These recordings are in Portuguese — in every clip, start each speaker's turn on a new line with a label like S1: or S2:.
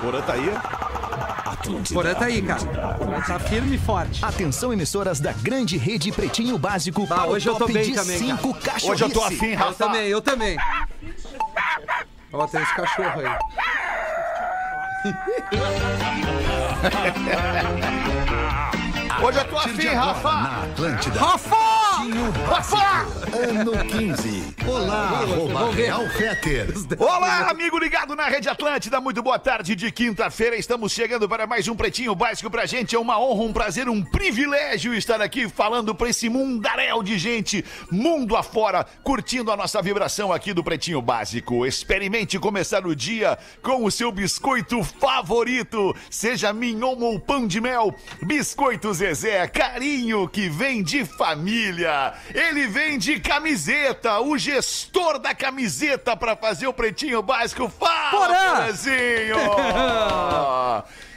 S1: Porã tá aí. Atlântida.
S2: Porã tá aí, cara. Porã tá firme e forte.
S1: Ah,
S3: Atenção, emissoras da grande rede Pretinho
S4: Ah,
S3: Básico
S2: Bah,
S3: para
S2: hoje eu
S3: o
S2: tô
S3: top
S2: bem
S3: de
S2: também, cara.
S3: cinco cachorrice.
S1: Hoje eu tô afim,
S2: Eu
S1: Rafa.
S2: também, eu também. Ó, tem esse cachorro aí.
S1: Hoje eu tô afim, Rafa.
S5: Na Atlântida.
S2: Rafa!
S5: Ano 15. Olá, arroba
S2: ver.
S5: Real Fetter.
S1: Olá, amigo ligado na Rede Atlântida. Muito boa tarde de quinta-feira. Estamos chegando para mais um Pretinho Básico. Pra gente é uma honra, um prazer, um privilégio estar aqui falando pra esse mundaréu de gente, mundo afora, curtindo a nossa vibração aqui do Pretinho Básico. Experimente começar o dia com o seu biscoito favorito, seja mignon ou pão de mel. Biscoito Zezé, é carinho que vem de família. Ele vem de camiseta, o gestor da camiseta pra fazer o pretinho básico. Fala,
S2: Porã!
S1: Porazinho!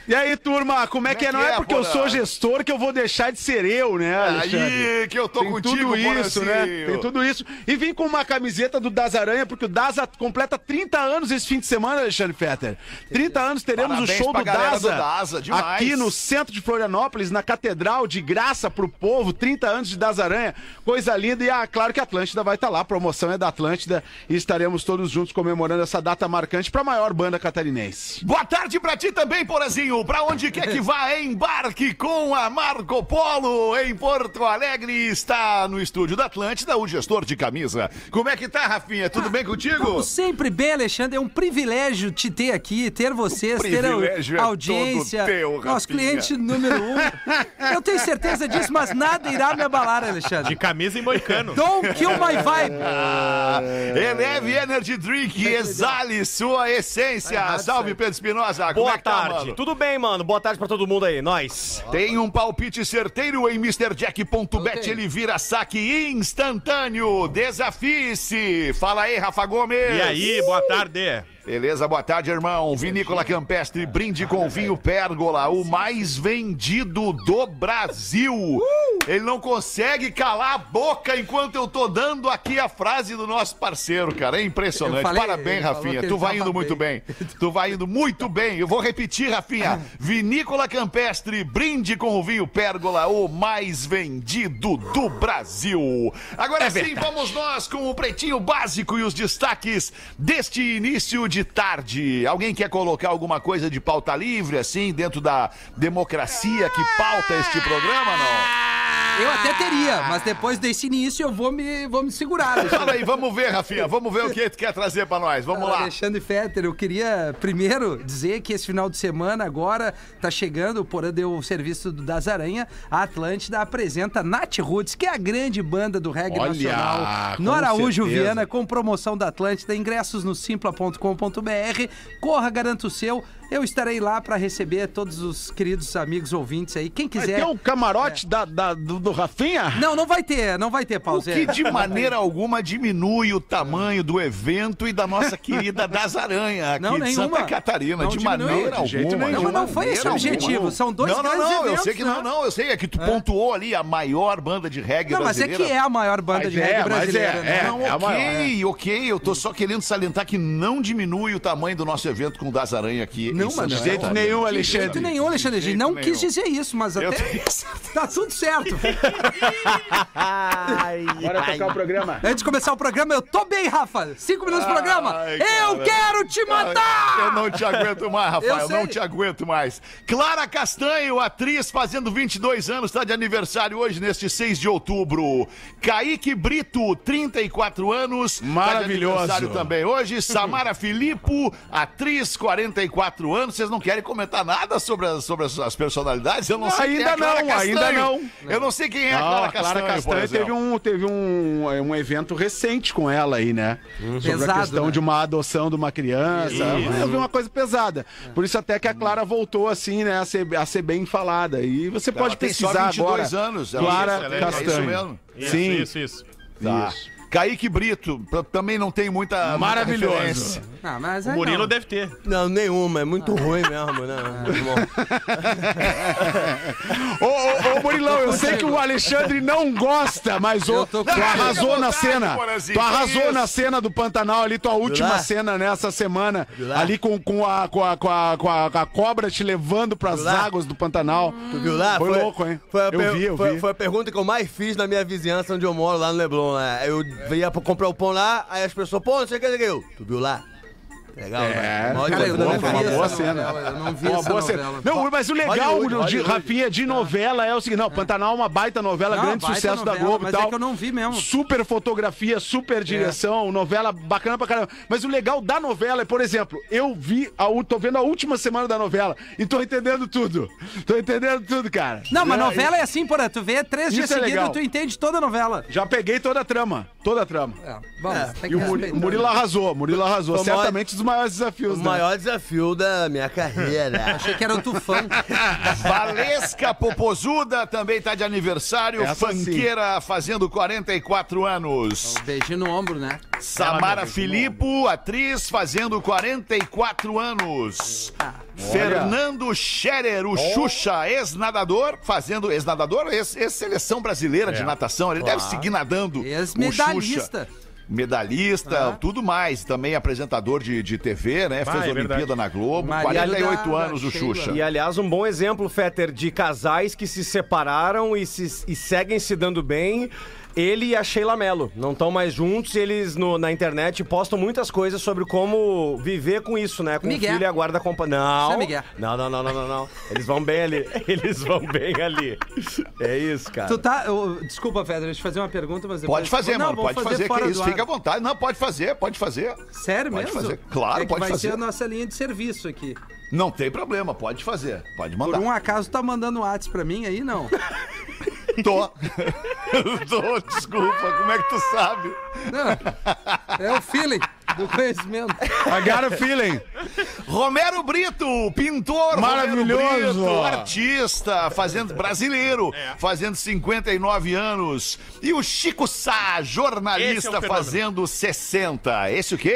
S6: E aí, turma, como é que é? Não é porque eu
S1: Porã?
S6: sou gestor que eu vou deixar de ser eu, né? Alexandre?
S1: Aí que eu tô
S6: Tem
S1: contigo,
S6: tudo isso, né?
S1: Porazinho.
S6: Tem tudo isso. E vim com uma camiseta do Das Aranha, porque o Daza completa 30 anos esse fim de semana, Alexandre Fetter. 30 anos teremos
S1: Parabéns
S6: o show
S1: pra
S6: do
S1: galera
S6: Daza,
S1: do Daza, demais.
S6: aqui no centro de Florianópolis, na Catedral, de graça pro povo. 30 anos de Das Aranha, coisa linda. E ah, claro que a Atlântida vai estar lá, a promoção é da Atlântida. E estaremos todos juntos comemorando essa data marcante pra maior banda catarinense.
S1: Boa tarde pra ti também, Porazinho. Pra onde quer que vá, embarque com a Marco Polo em Porto Alegre. Está no estúdio da Atlântida, o gestor de camisa. Como é que tá, Rafinha? Tudo bem contigo?
S2: Como sempre bem, Alexandre, é um privilégio te ter aqui, ter vocês,
S1: O
S2: ter
S1: privilégio é
S2: a
S1: todo
S2: audiência,
S1: teu,
S2: nosso
S1: Rafinha.
S2: cliente número um. Eu tenho certeza disso, mas nada irá me abalar, Alexandre.
S7: De camisa e moicano.
S2: Don't kill my vibe.
S1: Ah, Eleve Energy Drink, exale sua essência.
S2: errado,
S1: Salve,
S2: isso aí.
S1: Pedro Espinosa. Como
S7: Boa
S1: é que tá,
S7: tarde.
S1: mano?
S7: Tudo bem, mano? Boa tarde pra todo mundo aí. Nós.
S1: Tem um palpite certeiro em MrJack.bet.
S2: Ok.
S1: Ele vira saque instantâneo. Desafie-se. Fala aí, Rafa Gomes.
S6: É.
S7: E aí, boa tarde.
S1: Beleza, boa tarde, irmão. Vinícola Campestre, brinde com vinho Pérgola, o mais vendido do Brasil.
S2: Uh!
S1: Ele não consegue calar a boca enquanto eu tô dando aqui a frase do nosso parceiro, cara. É impressionante.
S2: Eu falei,
S1: Parabéns,
S2: ele falou
S1: Rafinha.
S2: que
S1: Tu
S2: ele
S1: vai
S2: tava
S1: indo muito bem.
S2: bem.
S1: Tu vai indo muito bem. Eu vou repetir, Rafinha. Vinícola Campestre, brinde com o vinho Pérgola, o mais vendido do Brasil. Agora sim, vamos nós com o pretinho básico e os destaques deste início de tarde. Alguém quer colocar alguma coisa de pauta livre, assim, dentro da democracia que pauta este programa, não?
S2: Eu até teria, mas depois desse início eu vou me, vou me segurar. Alexandre.
S1: Fala aí, vamos ver, Rafinha. Vamos ver o que tu quer trazer pra nós. Vamos
S2: Ah,
S1: lá.
S2: Alexandre Fetter, eu queria primeiro dizer que esse final de semana agora tá chegando, porém deu o serviço do Das Aranha, a Atlântida apresenta Nat Roots, que é a grande banda do reggae
S5: Olha,
S2: nacional,
S5: com
S2: no Araújo
S5: certeza.
S2: Viana, com promoção da Atlântida, ingressos no simpla.com.br, corra, garanta o seu, eu estarei lá para receber todos os queridos amigos ouvintes aí, quem
S6: Mas
S2: quiser...
S1: é
S6: tem é o camarote da, da- do, do Rafinha?
S2: Não, não vai ter, não vai ter,
S1: O
S2: Pauzé.
S1: que de maneira alguma diminui o tamanho do evento e da nossa querida das Aranha aqui
S2: Não,
S1: de
S2: nenhuma.
S1: Santa Catarina.
S2: Não
S1: de
S2: diminui.
S1: maneira
S2: De
S6: jeito
S1: alguma.
S6: nenhum.
S1: de
S6: Não, mas
S2: não foi esse
S1: maneira
S2: o objetivo.
S1: alguma.
S2: São dois
S1: Não, não,
S2: grandes
S1: não. eu
S2: eventos,
S1: sei que
S2: né?
S1: não, não. Eu sei. É que tu pontuou ali a maior banda de reggae
S2: Não, mas é
S1: brasileira.
S2: que é a maior banda
S6: Mas
S2: de
S6: é,
S2: reggae
S6: mas é,
S2: brasileira, né?
S6: é.
S1: Não,
S6: a
S1: ok,
S6: maior,
S1: ok. Eu tô só querendo salientar que não diminui o tamanho do nosso evento com o Das Aranha aqui.
S2: Não,
S1: em
S2: mas
S1: Santa
S2: não. é.
S1: Catarina.
S2: De jeito
S6: nenhum,
S2: De jeito
S6: Alexandre.
S2: nenhum, Alexandre. A gente
S1: é jeito
S2: não
S1: nenhum.
S2: quis dizer isso, mas
S1: Eu
S2: até
S1: tenho
S2: tá tudo certo.
S6: Bora tocar o programa.
S2: Antes de começar o programa, eu tô bem, Rafa. Cinco minutos do programa.
S1: Ai,
S2: eu
S1: cara.
S2: quero te matar!
S1: Eu não te aguento mais,
S2: Eu
S1: Rafael. Eu
S2: sei.
S1: não te aguento mais. Clara Castanho, atriz fazendo 22 anos, está de aniversário hoje, neste 6 de outubro. Kaique Brito, 34 anos. tá de
S6: Maravilhoso.
S1: aniversário também hoje. Samara Filippo, atriz, 44 anos. Vocês não querem comentar nada sobre as, sobre as, as personalidades? Eu não,
S6: Não,
S1: sei quem é a
S6: ainda
S1: Clara
S6: não,
S1: Castanho.
S6: ainda não.
S1: Eu não sei quem é a
S6: Não,
S1: Clara
S6: a Ah, Clara
S1: Castanho. por
S6: Castanho
S1: exemplo.
S6: teve, um, teve um, um evento recente com ela aí, né?
S1: Hum.
S6: Sobre a
S2: Pesado,
S6: questão
S2: né?
S6: de uma adoção de uma criança. Eu vi uma coisa pesada. Por isso até que
S1: Hum.
S6: a Clara voltou assim, né? A ser, a ser bem falada. E você pode
S1: Ela tem só
S6: pesquisar
S1: 22
S6: agora.
S1: anos, ela-
S6: Clara
S1: Isso, ela é- é isso
S6: Castanho.
S1: mesmo?
S7: Isso,
S6: Sim.
S7: isso, isso.
S1: Tá.
S6: Isso.
S1: Kaique Brito, pra- também não tem muita. muita
S6: Maravilhoso.
S1: referência.
S2: Ah, mas
S7: O
S2: aí
S7: Murilo
S2: não.
S7: deve ter.
S4: Não, nenhuma. É muito
S2: Ah.
S4: ruim mesmo, né? Bom,
S6: Ô, ô, ô, Murilão, eu sei que o Alexandre não gosta, mas ô,
S2: Eu tô
S6: tu
S2: com-
S6: arrasou na
S1: Fica à vontade,
S6: cena.
S1: Porazinho,
S6: Tu
S1: que
S6: arrasou
S1: isso?
S6: na cena do Pantanal ali, tua última
S4: lá?
S6: cena nessa semana.
S4: lá?
S6: Ali com, com, a, com, a, com, a, com a- com a cobra te levando pras
S4: lá?
S6: águas do Pantanal.
S4: tu viu lá?
S6: Foi louco, hein?
S4: Foi a,
S6: Eu
S4: per-
S6: vi, eu
S4: foi-
S6: vi.
S4: foi a pergunta que eu mais fiz na minha vizinhança onde eu moro, lá no Leblon. Né? Eu ia pra comprar o pão lá, aí as pessoas, pô, não sei o que, não sei o que. Eu, Tu viu lá? Legal, né? Mó
S2: Cara, eu
S4: idiota,
S2: não
S6: Foi
S2: vi
S4: né?
S6: É. uma
S2: essa
S6: boa
S2: novela,
S6: cena.
S2: Eu não vi
S6: Uma
S2: essa
S6: boa cena.
S2: novela.
S6: Não, mas o legal,
S4: Hollywood,
S6: o de,
S4: Hollywood.
S6: Rafinha, de novela é o seguinte: não, Pantanal é uma baita novela,
S2: Tá. Não,
S6: grande
S2: baita
S6: sucesso da
S2: novela,
S6: Globo e
S2: mas
S6: tal.
S2: é que eu não vi mesmo. É.
S6: Super fotografia, super direção, novela bacana pra caramba. Mas o legal da novela é, por exemplo, eu vi, a, u- tô vendo a última semana da novela e tô entendendo tudo. Tô entendendo tudo, cara.
S2: Não, mas
S6: Já-
S2: novela é assim, porra. Tu vê três
S6: Isso
S2: dias
S6: é
S2: seguidos,
S6: legal.
S2: tu entende toda a novela.
S6: Já peguei toda a trama, toda a trama.
S2: Bom, tem
S6: E o
S2: É que
S6: Muri-
S2: respeitar.
S6: Murilo arrasou, Murilo arrasou.
S4: Foi o maior-
S6: Certamente os maiores desafios,
S4: O
S6: né?
S4: maior desafio da minha carreira.
S2: Achei que era o Tufão.
S1: Valesca Popozuda também tá de aniversário,
S6: Essa
S1: fanqueira fazendo 44 anos.
S2: Beijinho no ombro, né?
S6: Então,
S1: Samara Filippo, atriz, fazendo 44 anos.
S6: Ah.
S1: Fernando Scherer, o Xuxa, ex-nadador, fazendo ex-nadador, ex- ex-seleção brasileira
S6: É.
S1: de natação. Ele deve seguir nadando. o
S2: Ex-medalhista.
S1: Xuxa. Medalhista, tudo mais. Também apresentador de, de TV, né?
S7: Ah,
S1: Fez
S7: é
S1: Olimpíada
S7: verdade.
S1: na Globo.
S2: Maria
S1: 48
S2: da-
S1: anos o
S2: Sheila.
S1: Xuxa.
S7: E aliás, um bom exemplo, Fetter, de casais que se separaram e, se- e seguem se dando bem. Ele e a Sheila Mello não estão mais juntos. Eles no- na internet postam muitas coisas sobre como viver com isso, né? Com
S2: Miguel.
S7: o filho e a guarda companhia. Não.
S2: Isso é Miguel.
S7: não, não, não, não, não, não. Eles vão bem ali. Eles vão bem ali. É isso, cara.
S2: Tu tá. eu- desculpa, Pedro, deixa eu te fazer uma pergunta, mas. depois-
S1: Pode fazer,
S2: Não,
S1: mano.
S2: vamos
S1: Pode fazer,
S2: fora
S1: que
S2: do
S1: isso.
S2: ar.
S1: Fica à vontade. Não, pode fazer, pode fazer.
S2: Sério
S1: Pode
S2: mesmo?
S1: fazer. Claro,
S2: É que
S1: pode
S2: vai
S1: fazer.
S2: ser a nossa linha de serviço aqui.
S1: Não tem problema, pode fazer. Pode
S2: Por
S1: mandar.
S2: um acaso tá mandando WhatsApp pra mim aí, não?
S1: Tô. Tô, desculpa. Como é que tu sabe?
S2: Não. É o feeling do conhecimento.
S6: I got a feeling.
S1: Romero Brito, o pintor Romero
S6: Maravilhoso.
S1: Brito, artista, fazendo brasileiro, fazendo 59 anos. E o Chico Sá,
S7: Esse é um
S1: jornalista,
S7: fenômeno.
S1: fazendo 60. Esse o quê?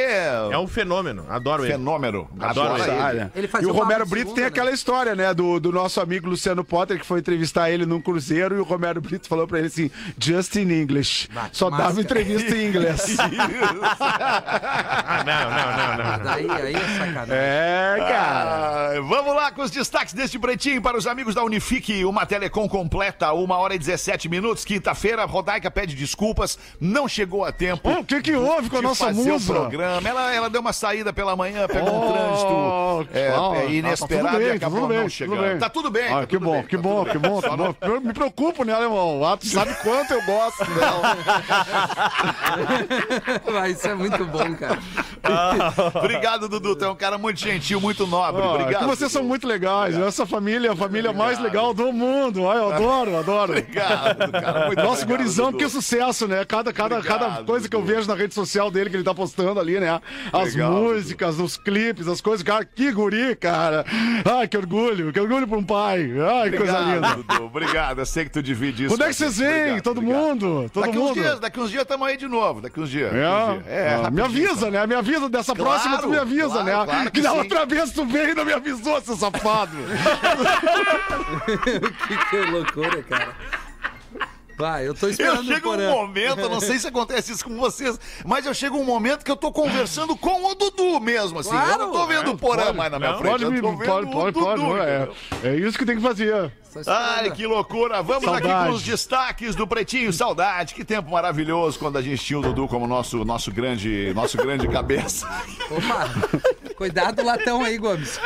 S7: É um fenômeno. Adoro ele.
S1: fenômeno.
S7: Adoro
S1: Adoro
S7: ele.
S1: ele.
S6: Olha,
S2: Ele
S6: e
S2: fazia
S6: o
S2: o Pablo
S6: Romero
S2: de
S6: Brito
S2: Segunda,
S6: tem
S2: né?
S6: aquela história, né? Do, do nosso amigo Luciano Potter, que foi entrevistar ele num cruzeiro, e o Romero Brito falou pra ele assim: just in English. Só
S2: máscara.
S6: dava entrevista em inglês.
S7: Ah, não, não, não, não.
S2: Daí, aí é sacanagem.
S6: é, cara.
S1: Ah, vamos lá com os destaques deste pretinho para os amigos da Unifique. Uma telecom completa, uma hora e 17 minutos. Quinta-feira, Rodaica pede desculpas, não chegou a tempo.
S6: Pô, o Hum, que que houve com a
S1: de
S6: nossa
S1: fazer o
S6: musa?
S1: programa. Ela, ela deu uma saída pela manhã, pegou um
S6: Oh,
S1: trânsito é,
S6: calma.
S1: é, inesperado
S6: Ah, tá tudo
S1: e
S6: bem,
S1: acabou
S6: tudo bem,
S1: não
S6: tudo
S1: chegando.
S6: bem.
S1: Tá tudo bem. tá
S6: Ah, que,
S1: tudo
S6: bom,
S1: bem,
S6: que
S1: tá
S6: bom,
S1: tudo
S6: que
S1: bem.
S6: bom, que
S1: Só
S6: bom, Eu Me preocupo, né, alemão? Ah, tu sabe quanto eu gosto dela.
S2: Mas isso é muito bom, cara.
S1: não- Obrigado, Dudu. Tu é um cara muito gentil, muito nobre.
S6: Ah,
S1: Obrigado.
S6: que vocês são
S1: Dudu.
S6: muito legais. Essa família é a família mais legal do mundo. Ai, eu adoro, adoro.
S1: Obrigado, cara. Muito
S6: Nossa,
S1: obrigado,
S6: gurizão,
S1: Dudu.
S6: que sucesso, né? Cada, cada,
S1: Obrigado,
S6: cada coisa que eu
S1: Dudu.
S6: vejo na rede social dele, que ele tá postando ali, né? As
S1: Legal,
S6: músicas, os clipes, as coisas. Cara, que guri, cara. Ai, que orgulho. Que orgulho pra um pai. Ai, que coisa
S1: Obrigado,
S6: linda.
S1: Dudu. Obrigado. Eu sei que tu divide isso.
S6: Quando é
S1: com a
S6: que vocês
S1: gente.
S6: vêm?
S1: Obrigado,
S6: Todo
S1: obrigado.
S6: mundo? Todo
S1: daqui
S6: mundo?
S1: uns dias, daqui uns dias estamos aí de novo. Daqui uns dias.
S6: É,
S1: daqui uns dias.
S6: Ah, me
S1: rapidinho,
S6: avisa,
S1: então.
S6: né? Me avisa dessa
S1: Claro,
S6: próxima, tu me avisa,
S1: claro,
S6: né?
S1: claro
S6: que
S1: que
S6: da
S1: sim.
S6: outra vez tu veio e não me avisou, seu safado.
S2: Que, que loucura, cara. Vai, eu tô
S1: Eu
S2: esperando o
S1: chego um
S2: Porã.
S1: momento, eu não sei se acontece isso com vocês, mas eu chego um momento que eu tô conversando com o Dudu mesmo, assim. eu não tô
S2: Claro.
S1: vendo o Porã mais na minha
S7: não,
S1: frente.
S6: Pode
S1: eu
S6: me.
S1: tô vendo
S6: Pode,
S1: o
S6: pode,
S1: Dudu,
S6: pode. É,
S1: entendeu?
S6: é isso que tem que fazer.
S2: Tô esperando.
S1: Ai, que loucura! Vamos aqui
S6: Saudade.
S1: com os destaques do Pretinho. Saudade, que tempo maravilhoso quando a gente tinha o Dudu como nosso, nosso, grande, nosso grande cabeça.
S2: Opa, cuidado o latão aí, Gomes.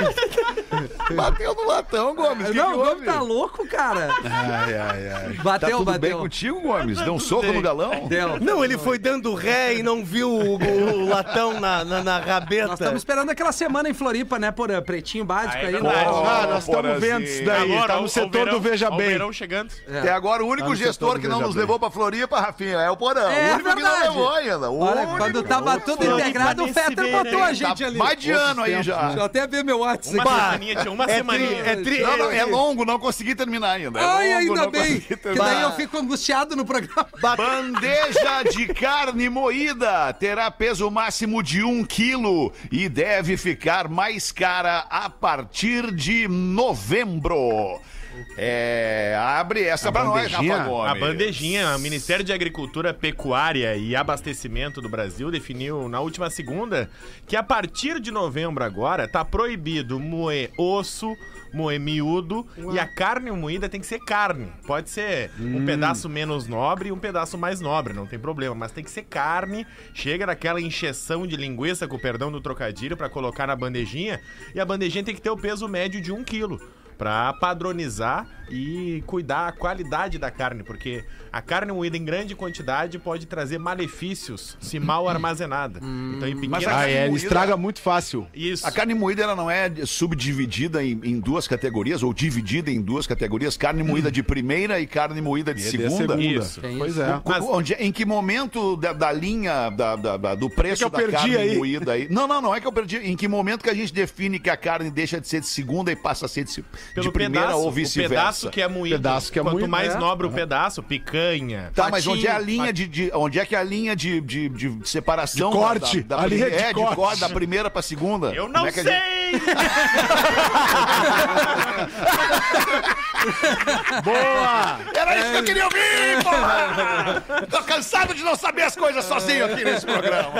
S1: Bateu no latão, Gomes. que
S2: Não,
S1: que
S2: o Gomes
S1: houve?
S2: tá louco, cara.
S6: Ai, ai, ai.
S1: Tá
S2: Bateu,
S1: tudo bem
S2: bateu.
S1: contigo, Gomes? Deu um soco no galão?
S2: Deu.
S4: Não, ele foi dando ré e não viu o, o latão na, na, na rabeta.
S2: Nós estamos esperando aquela semana em Floripa, né, Porã? Pretinho básico
S7: Ah, é
S2: aí.
S7: verdade.
S2: né?
S6: Ah, nós
S1: Porazinho.
S6: estamos vendo isso daí.
S7: Agora,
S6: tá
S7: ó,
S6: no
S7: o
S6: setor
S7: verão,
S6: do Veja
S7: ó o
S6: Bem.
S7: verão chegando.
S1: Até É agora, o único
S6: no
S1: gestor
S6: setor
S1: que
S6: do
S1: não nos
S6: Veja
S1: levou pra Floripa, Rafinha, é o Porã.
S2: É
S1: o único que
S2: verdade.
S1: não levou ainda. O
S2: Olha,
S1: único.
S2: quando tava tudo
S7: Floripa
S2: integrado, o
S7: nesse
S2: Fetter
S7: verão.
S2: botou a
S1: Tá
S2: gente ali. né?
S1: mais de ano aí já.
S2: Deixa eu até ver meu WhatsApp
S7: Uma
S2: aqui.
S7: semaninha
S8: semaninha, tinha uma semaninha.
S6: É tri...
S1: Não, não, é longo, não consegui terminar ainda. É
S2: Ai,
S1: longo,
S2: ainda
S1: não
S2: bem.
S1: consegui
S2: Que
S1: terminar.
S2: daí eu fico angustiado no programa.
S1: Bandeja de carne moída terá peso máximo de 1 quilo e deve ficar mais cara a partir de novembro. É, abre essa pra nós,
S6: bandejinha?
S1: Rafa Gomes.
S8: A bandejinha, o Ministério de Agricultura, Pecuária e Abastecimento do Brasil definiu na última segunda que a partir de novembro agora tá proibido moer osso, moer miúdo e a carne moída tem que ser carne. Pode ser um pedaço menos nobre e um pedaço mais nobre, não tem problema, mas tem que ser carne. Chega naquela encheção de linguiça, com o perdão do trocadilho, pra colocar na bandejinha e a bandejinha tem que ter o peso médio de um quilo para padronizar e cuidar a qualidade da carne, porque a carne moída em grande quantidade pode trazer malefícios se mal armazenada. Então, em pequenas...
S1: Hum. Mas a
S6: Ah, é, ele
S1: Moída.
S6: estraga
S8: né?
S6: muito fácil.
S8: Isso.
S1: A carne moída ela não é subdividida em, em duas categorias, ou dividida em duas categorias, carne moída de primeira e carne moída de
S6: Ele é
S1: segunda.
S8: Isso.
S6: Pois é.
S1: Co-
S8: Mas-
S1: Onde, em que momento da, da linha da, da- da- do preço
S6: que eu
S1: da
S6: perdi
S1: carne
S6: aí?
S1: moída aí? Não, não, não é que eu perdi. Em que momento que a gente define que a carne deixa de ser de segunda e passa a ser de, se- de primeira ou
S8: O pedaço
S1: vice-versa?
S8: que é moído.
S6: Pedaço que é
S8: Quanto
S6: moído,
S8: mais
S6: é.
S8: nobre o pedaço, picanha.
S1: né? Tá, mas onde é a linha de, de- onde é que é a linha de, de- de separação
S6: De
S1: da-
S6: corte,
S1: da, da,
S6: a linha
S1: prime-
S6: de
S1: é,
S6: corte.
S1: da primeira para segunda?
S8: Eu
S1: Como
S8: não
S1: é que a
S8: sei!
S1: gente- Era isso que eu queria ouvir, porra! Tô cansado de não saber as coisas sozinho aqui nesse programa.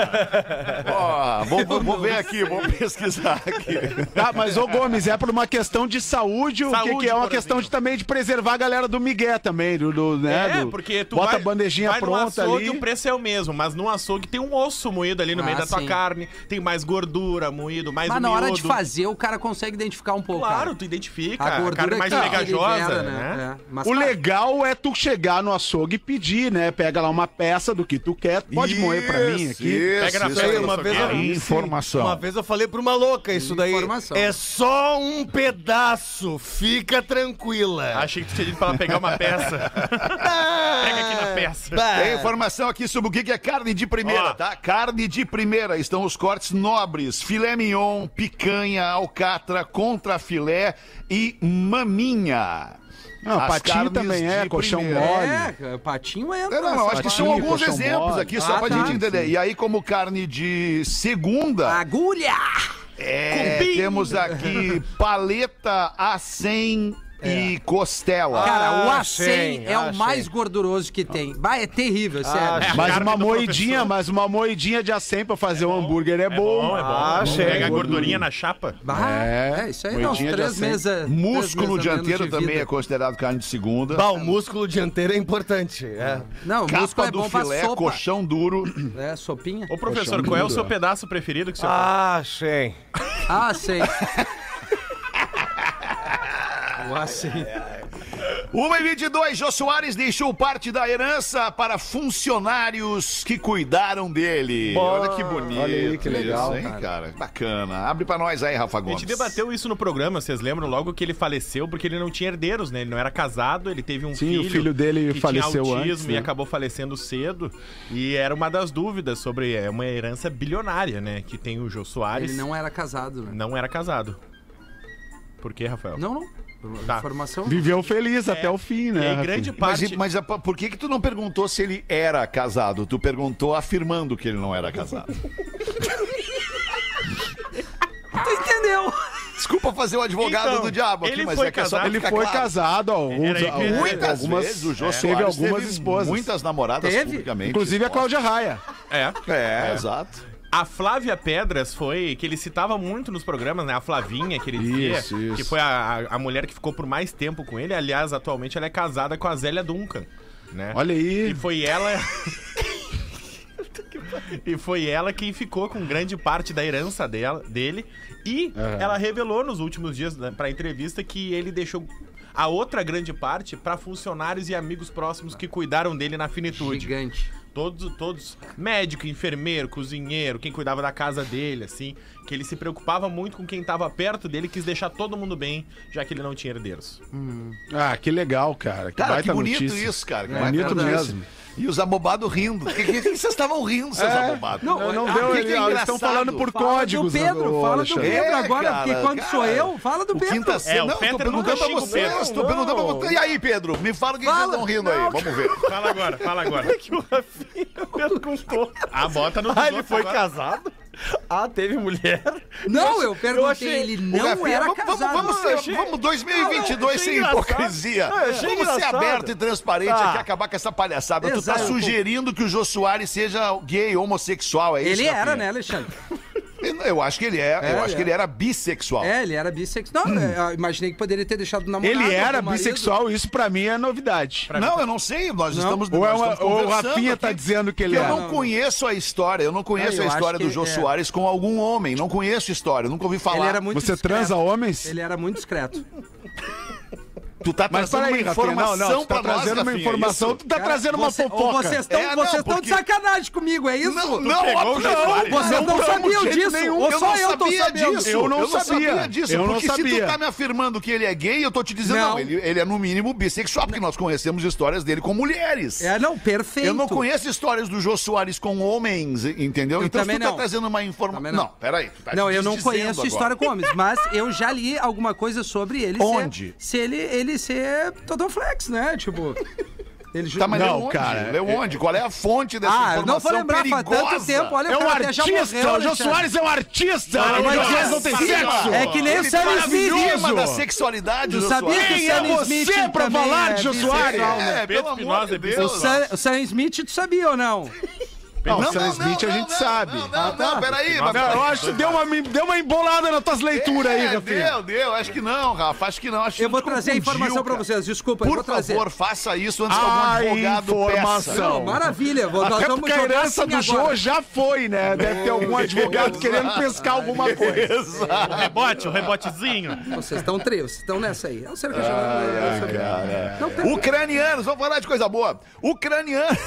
S1: Ó, vou, vou- vou ver aqui, vou pesquisar aqui.
S6: Tá, mas ô Gomes, é por uma questão de saúde, o que,
S8: Saúde,
S6: que é uma
S8: por
S6: questão
S8: exemplo.
S6: de, também de preservar a galera do Miguel também, do, do, né?
S8: É,
S6: do-
S8: porque tu
S6: bota
S8: vai,
S6: a bandejinha
S8: vai num
S6: pronta ali.
S8: açougue, o preço é o mesmo, mas no açougue tem um osso moído ali no
S2: Ah,
S8: meio da tua
S2: sim.
S8: carne, tem mais gordura moído, mais
S2: Mas na
S8: miúdo.
S2: hora de fazer, o cara consegue identificar um pouco.
S8: Claro,
S2: cara.
S8: tu identifica.
S2: A
S8: A,
S2: gordura
S8: carne mais
S2: que ele
S8: pegajosa,
S2: libera,
S8: né?
S2: É, mas,
S6: O
S2: cara,
S6: legal é tu chegar no açougue e pedir, né? Pega lá uma peça do que tu quer. Pode moer pra mim aqui.
S1: Isso,
S8: Pega na
S1: isso
S8: frente
S1: aí,
S8: do
S1: uma
S8: açougueiro.
S1: vez eu-
S2: É
S8: Sim.
S1: Informação.
S4: Uma vez eu falei pra uma louca isso daí.
S2: Informação.
S4: É só um pedaço, fica
S7: É.
S4: tranquila.
S8: Achei que tu tinha dito pra ela pegar uma peça. Pega aqui na peça.
S1: Tem informação aqui sobre o que que é carne de primeira,
S8: Ó.
S1: tá? Carne de primeira estão os cortes nobres: filé mignon, picanha, alcatra, contrafilé e maminha.
S6: Não,
S1: As
S6: patinho
S1: carnes
S6: também é,
S1: de
S6: colchão
S1: primeira.
S6: mole.
S2: É, cara, patinho entra.
S1: É, não, não,
S2: nessa
S1: acho que
S2: parte.
S1: são
S6: Patinho,
S1: alguns
S6: colchão
S1: exemplos
S6: mole.
S1: aqui, só
S2: Ah,
S1: pra
S2: tá.
S1: gente entender. E aí, como carne de
S8: Ah,
S1: segunda,
S2: Agulha!
S1: é, temos aqui paleta A100
S8: É.
S1: e costela.
S2: Cara, o
S4: Ah,
S2: acém
S4: achei,
S2: é o
S4: achei.
S2: mais gorduroso que tem. Bah, é terrível, sério.
S8: achei.
S6: Mas
S8: Carne
S6: uma
S8: do
S6: moidinha,
S8: professor.
S6: mas uma moidinha de acém pra fazer um hambúrguer é, bom.
S8: Bom, é bom.
S4: Ah, achei.
S8: Pega a gordurinha na chapa.
S2: Bah,
S6: É,
S2: é, isso aí dá uns
S6: moedinha de
S2: três
S6: acém.
S2: meses.
S1: Músculo dianteiro também é
S2: é.
S1: considerado carne de segunda.
S4: Bah, Ah, o músculo dianteiro é importante. É.
S2: Não, o músculo
S1: Capa
S2: é
S1: do
S2: bom pra
S1: filé,
S2: sopa.
S1: colchão duro.
S2: É, sopinha.
S8: Ô, professor, qual é o seu pedaço preferido que o senhor
S4: Ah, achei.
S2: Ah, sei. o acém.
S1: É, 1 e 22, Jô Soares deixou parte da herança para funcionários que cuidaram dele. olha que bonito.
S6: olha aí, que legal,
S1: isso, hein, cara. Bacana. Abre pra nós aí, Rafa
S8: A
S1: Gomes.
S8: gente debateu isso no programa, vocês lembram? Logo que ele faleceu, porque ele não tinha herdeiros, né? Ele não era casado, ele teve um
S6: Sim,
S8: filho.
S6: o filho dele
S8: que
S6: faleceu
S8: tinha autismo
S6: antes, né?
S8: e acabou falecendo cedo. E era uma das dúvidas sobre é, uma herança bilionária, né? Que tem o Jô Soares.
S2: Ele não era casado, né?
S8: não era casado. Por quê, Rafael?
S2: Não, não.
S8: Tá.
S2: Informação.
S6: Viveu feliz até o fim,
S8: E
S6: né?
S8: aí,
S6: Rafinha?
S8: É. grande
S1: Mas,
S8: parte.
S1: e- mas a- por que que tu não perguntou se ele era casado? Tu perguntou afirmando que ele não era casado.
S2: Tu entendeu?
S1: Desculpa fazer o advogado
S8: Então,
S1: do diabo aqui,
S8: ele
S1: mas
S8: foi
S1: é que é só pra
S8: casado,
S6: Ele
S1: ficar
S6: foi
S1: claro.
S6: casado, ó. alguns-
S8: Era aí que-
S1: Muitas
S6: algumas,
S1: vezes o Jô
S6: é, teve
S1: Soares
S6: algumas
S1: teve
S6: esposas.
S1: Muitas namoradas
S2: Teve?
S1: publicamente.
S6: Inclusive a Cláudia Raia.
S8: É.
S1: É, exato.
S8: A Flávia Pedras foi, que ele citava muito nos programas, né? A Flavinha, que ele dizia,
S6: Isso, isso.
S8: que foi a, a- a mulher que ficou por mais tempo com ele. Aliás, atualmente ela é casada com a Zélia Duncan, né?
S6: Olha aí.
S8: E foi ela... E foi ela quem ficou com grande parte da herança dela, dele. E ela revelou nos últimos dias né, pra entrevista que ele deixou a outra grande parte pra funcionários e amigos próximos que cuidaram dele na finitude.
S2: Gigante.
S8: Todos, todos, médico, enfermeiro, cozinheiro, quem cuidava da casa dele, assim, que ele se preocupava muito com quem tava perto dele, quis deixar todo mundo bem, já que ele não tinha herdeiros.
S6: Ah, que legal, cara. Que
S1: Cara,
S6: baita
S1: que bonito
S6: notícia.
S1: isso, né, cara. Que baita
S6: Bonito
S1: notícia.
S6: mesmo.
S1: E os abobados rindo. Por que, que vocês estavam rindo, seus abobados?
S6: Não, não
S1: Ah,
S6: deu,
S1: o que
S6: ele-
S1: que é
S6: eles estão
S1: engraçado?
S6: falando por
S2: Fala
S6: códigos.
S2: do Pedro,
S6: ô,
S2: fala do
S6: Alexandre.
S2: Pedro
S1: É,
S2: agora,
S1: cara,
S2: porque quando sou
S1: cara.
S2: eu, fala do
S1: O
S2: Pedro.
S1: quinta
S8: É,
S1: série.
S8: o
S1: Não, tô
S8: Peter nunca
S1: perguntando pra
S8: xinga o
S1: vocês.
S8: Pedro.
S1: Tô perguntando pra vocês. E aí, Pedro? Me fala o que que vocês estão rindo aí. Vamos ver.
S8: Fala agora, fala agora. é que o Rafinha perguntou. Ah, bota no
S4: Ah, ele
S8: risoto
S4: foi
S8: agora.
S4: casado? Ah, teve mulher?
S2: Não, eu perguntei,
S4: achei-
S2: ele
S1: O
S2: não
S1: Rafinha,
S2: era
S1: vamos, vamos-
S2: casado.
S1: Vamos,
S2: Eu
S1: ser-
S2: achei-
S1: vamos 2022 sem
S4: engraçado.
S1: hipocrisia.
S4: Não, eu achei
S1: vamos ser
S4: engraçado.
S1: aberto e transparente
S4: Tá.
S1: aqui e acabar com essa palhaçada. tu tá
S2: Exato.
S1: sugerindo que o Jô Soares seja gay, homossexual, é isso?
S2: Ele era,
S1: Rafinha?
S2: né, Alexandre?
S1: Eu acho que ele é. eu
S2: É,
S1: acho
S2: é.
S1: que ele era bissexual.
S2: É, ele era bissexual. Não, eu imaginei que poderia ter deixado o namorado.
S6: Ele era
S2: o marido.
S6: bissexual, isso pra mim é novidade.
S1: Não, eu não sei. Nós estamos.
S6: Ou, é
S1: nós
S6: uma-
S1: estamos
S6: ou o
S1: conversando
S6: Rafinha tá
S1: aqui.
S6: dizendo que ele
S1: Eu
S6: é.
S1: não conheço a história, eu não conheço
S2: Ah, eu
S1: a história
S2: acho
S1: do
S2: que
S1: Jô
S2: é.
S1: Soares com algum homem, não conheço a história, nunca ouvi falar.
S2: Ele era muito
S6: Você
S2: discreto.
S6: transa homens?
S2: Ele é era muito discreto.
S1: Tu tá
S6: Mas
S1: trazendo
S6: peraí,
S1: uma
S6: Rafinha,
S1: informação
S6: não, não, tu tá
S1: pra nós,
S6: trazendo uma
S1: Rafinha, é
S6: informação,
S1: isso?
S6: tu tá
S2: Cara,
S6: trazendo uma
S2: você- ou
S6: fofoca.
S2: Vocês estão
S1: É, não,
S2: vocês estão
S1: porque-
S2: de sacanagem comigo, é isso?
S1: Não, não,
S8: pegou
S1: óbvio,
S8: o Jô Soares.
S2: vocês não,
S6: não
S2: sabiam
S6: tamo de
S2: disso,
S6: jeito nenhum.
S2: ou
S1: Eu
S2: só
S1: não
S2: eu tô
S1: sabia
S2: sabendo.
S1: disso.
S6: Eu não sabia.
S1: disso.
S6: Eu não
S1: porque se
S6: sabia.
S1: tu tá me afirmando que ele é gay, eu tô te dizendo, não,
S2: Não.
S1: ele, ele é no mínimo bissexual, porque nós conhecemos histórias dele com mulheres.
S2: É, não, perfeito.
S1: Eu não conheço histórias do Jô Soares com homens, entendeu?
S2: Eu
S1: então se
S2: também
S1: tu tá
S2: não.
S1: trazendo uma
S2: Também
S1: informação. Não.
S2: não.
S1: peraí. Tu tá
S2: Não, eu não
S1: desdizendo
S2: conheço
S1: agora.
S2: história com homens, mas eu já li alguma coisa sobre ele. ser-
S1: Onde?
S2: Se, ele, ele ser Todoflex, né? Tipo. Ele ju-
S1: Tá, mas
S6: Não,
S1: leu onde?
S6: cara,
S1: Leu onde? Qual é a fonte dessa
S2: Ah, eu
S1: informação
S2: não vou lembrar, faz
S1: perigosa?
S2: tanto tempo. Olha,
S6: É
S2: o
S6: um
S2: cara até já morreu,
S6: artista, o Jô
S2: Alexandre.
S6: Soares é um artista.
S1: Não,
S6: O Jô
S1: mas
S6: Soares não tem
S1: é-
S6: sexo.
S2: É que nem o
S1: Ele
S2: Sam Smith.
S1: maravilhoso.
S6: Smith.
S1: da sexualidade
S2: Tu
S1: do
S2: sabia
S1: Soares.
S2: que
S6: Quem
S2: o Sam
S6: é
S2: Smith
S6: você pra
S2: também
S6: falar
S2: é
S6: de Jô
S2: bissexual,
S6: Soares?
S2: né?
S1: É, pelo
S8: Pedro
S1: amor
S8: Espinosa
S1: de
S8: é
S1: Deus.
S2: O Sam, o Sam Smith, tu sabia ou não?
S6: Não, o Sam Smith a gente sabe.
S1: Não, não, não, peraí. mas-
S6: Não, eu acho que deu uma, deu uma embolada nas tuas leituras
S1: É,
S6: aí, Rafinha.
S1: Deu, deu. Acho que não, Rafa. Acho que não. Acho que
S2: Eu vou
S1: tu
S2: trazer a
S1: confundiu,
S2: informação pra
S1: cara.
S2: vocês, desculpa. eu
S1: Por
S2: vou trazer.
S1: favor, faça isso antes que algum
S6: A
S1: advogado
S6: informação.
S1: peça.
S2: Não, maravilha, vou- nós
S6: Até
S2: vamos
S6: É porque a
S2: jogar
S6: herança
S2: assim
S6: do Jô
S2: agora.
S6: já foi, né? Deve ter algum advogado querendo pescar alguma coisa.
S8: Ah, O rebote, o rebotezinho.
S2: Vocês estão três, vocês estão nessa aí. Eu sei que eu já- eu sei. Não tem-
S1: Ucranianos, vamos falar de coisa boa. Ucranianos.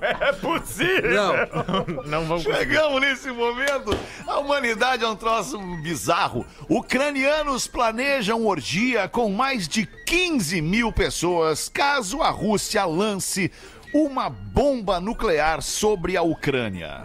S8: É possível.
S2: Não,
S8: Não vamos
S1: Chegamos nesse momento. A humanidade é um troço bizarro. Ucranianos planejam orgia com mais de 15 mil pessoas caso a Rússia lance uma bomba nuclear sobre a Ucrânia.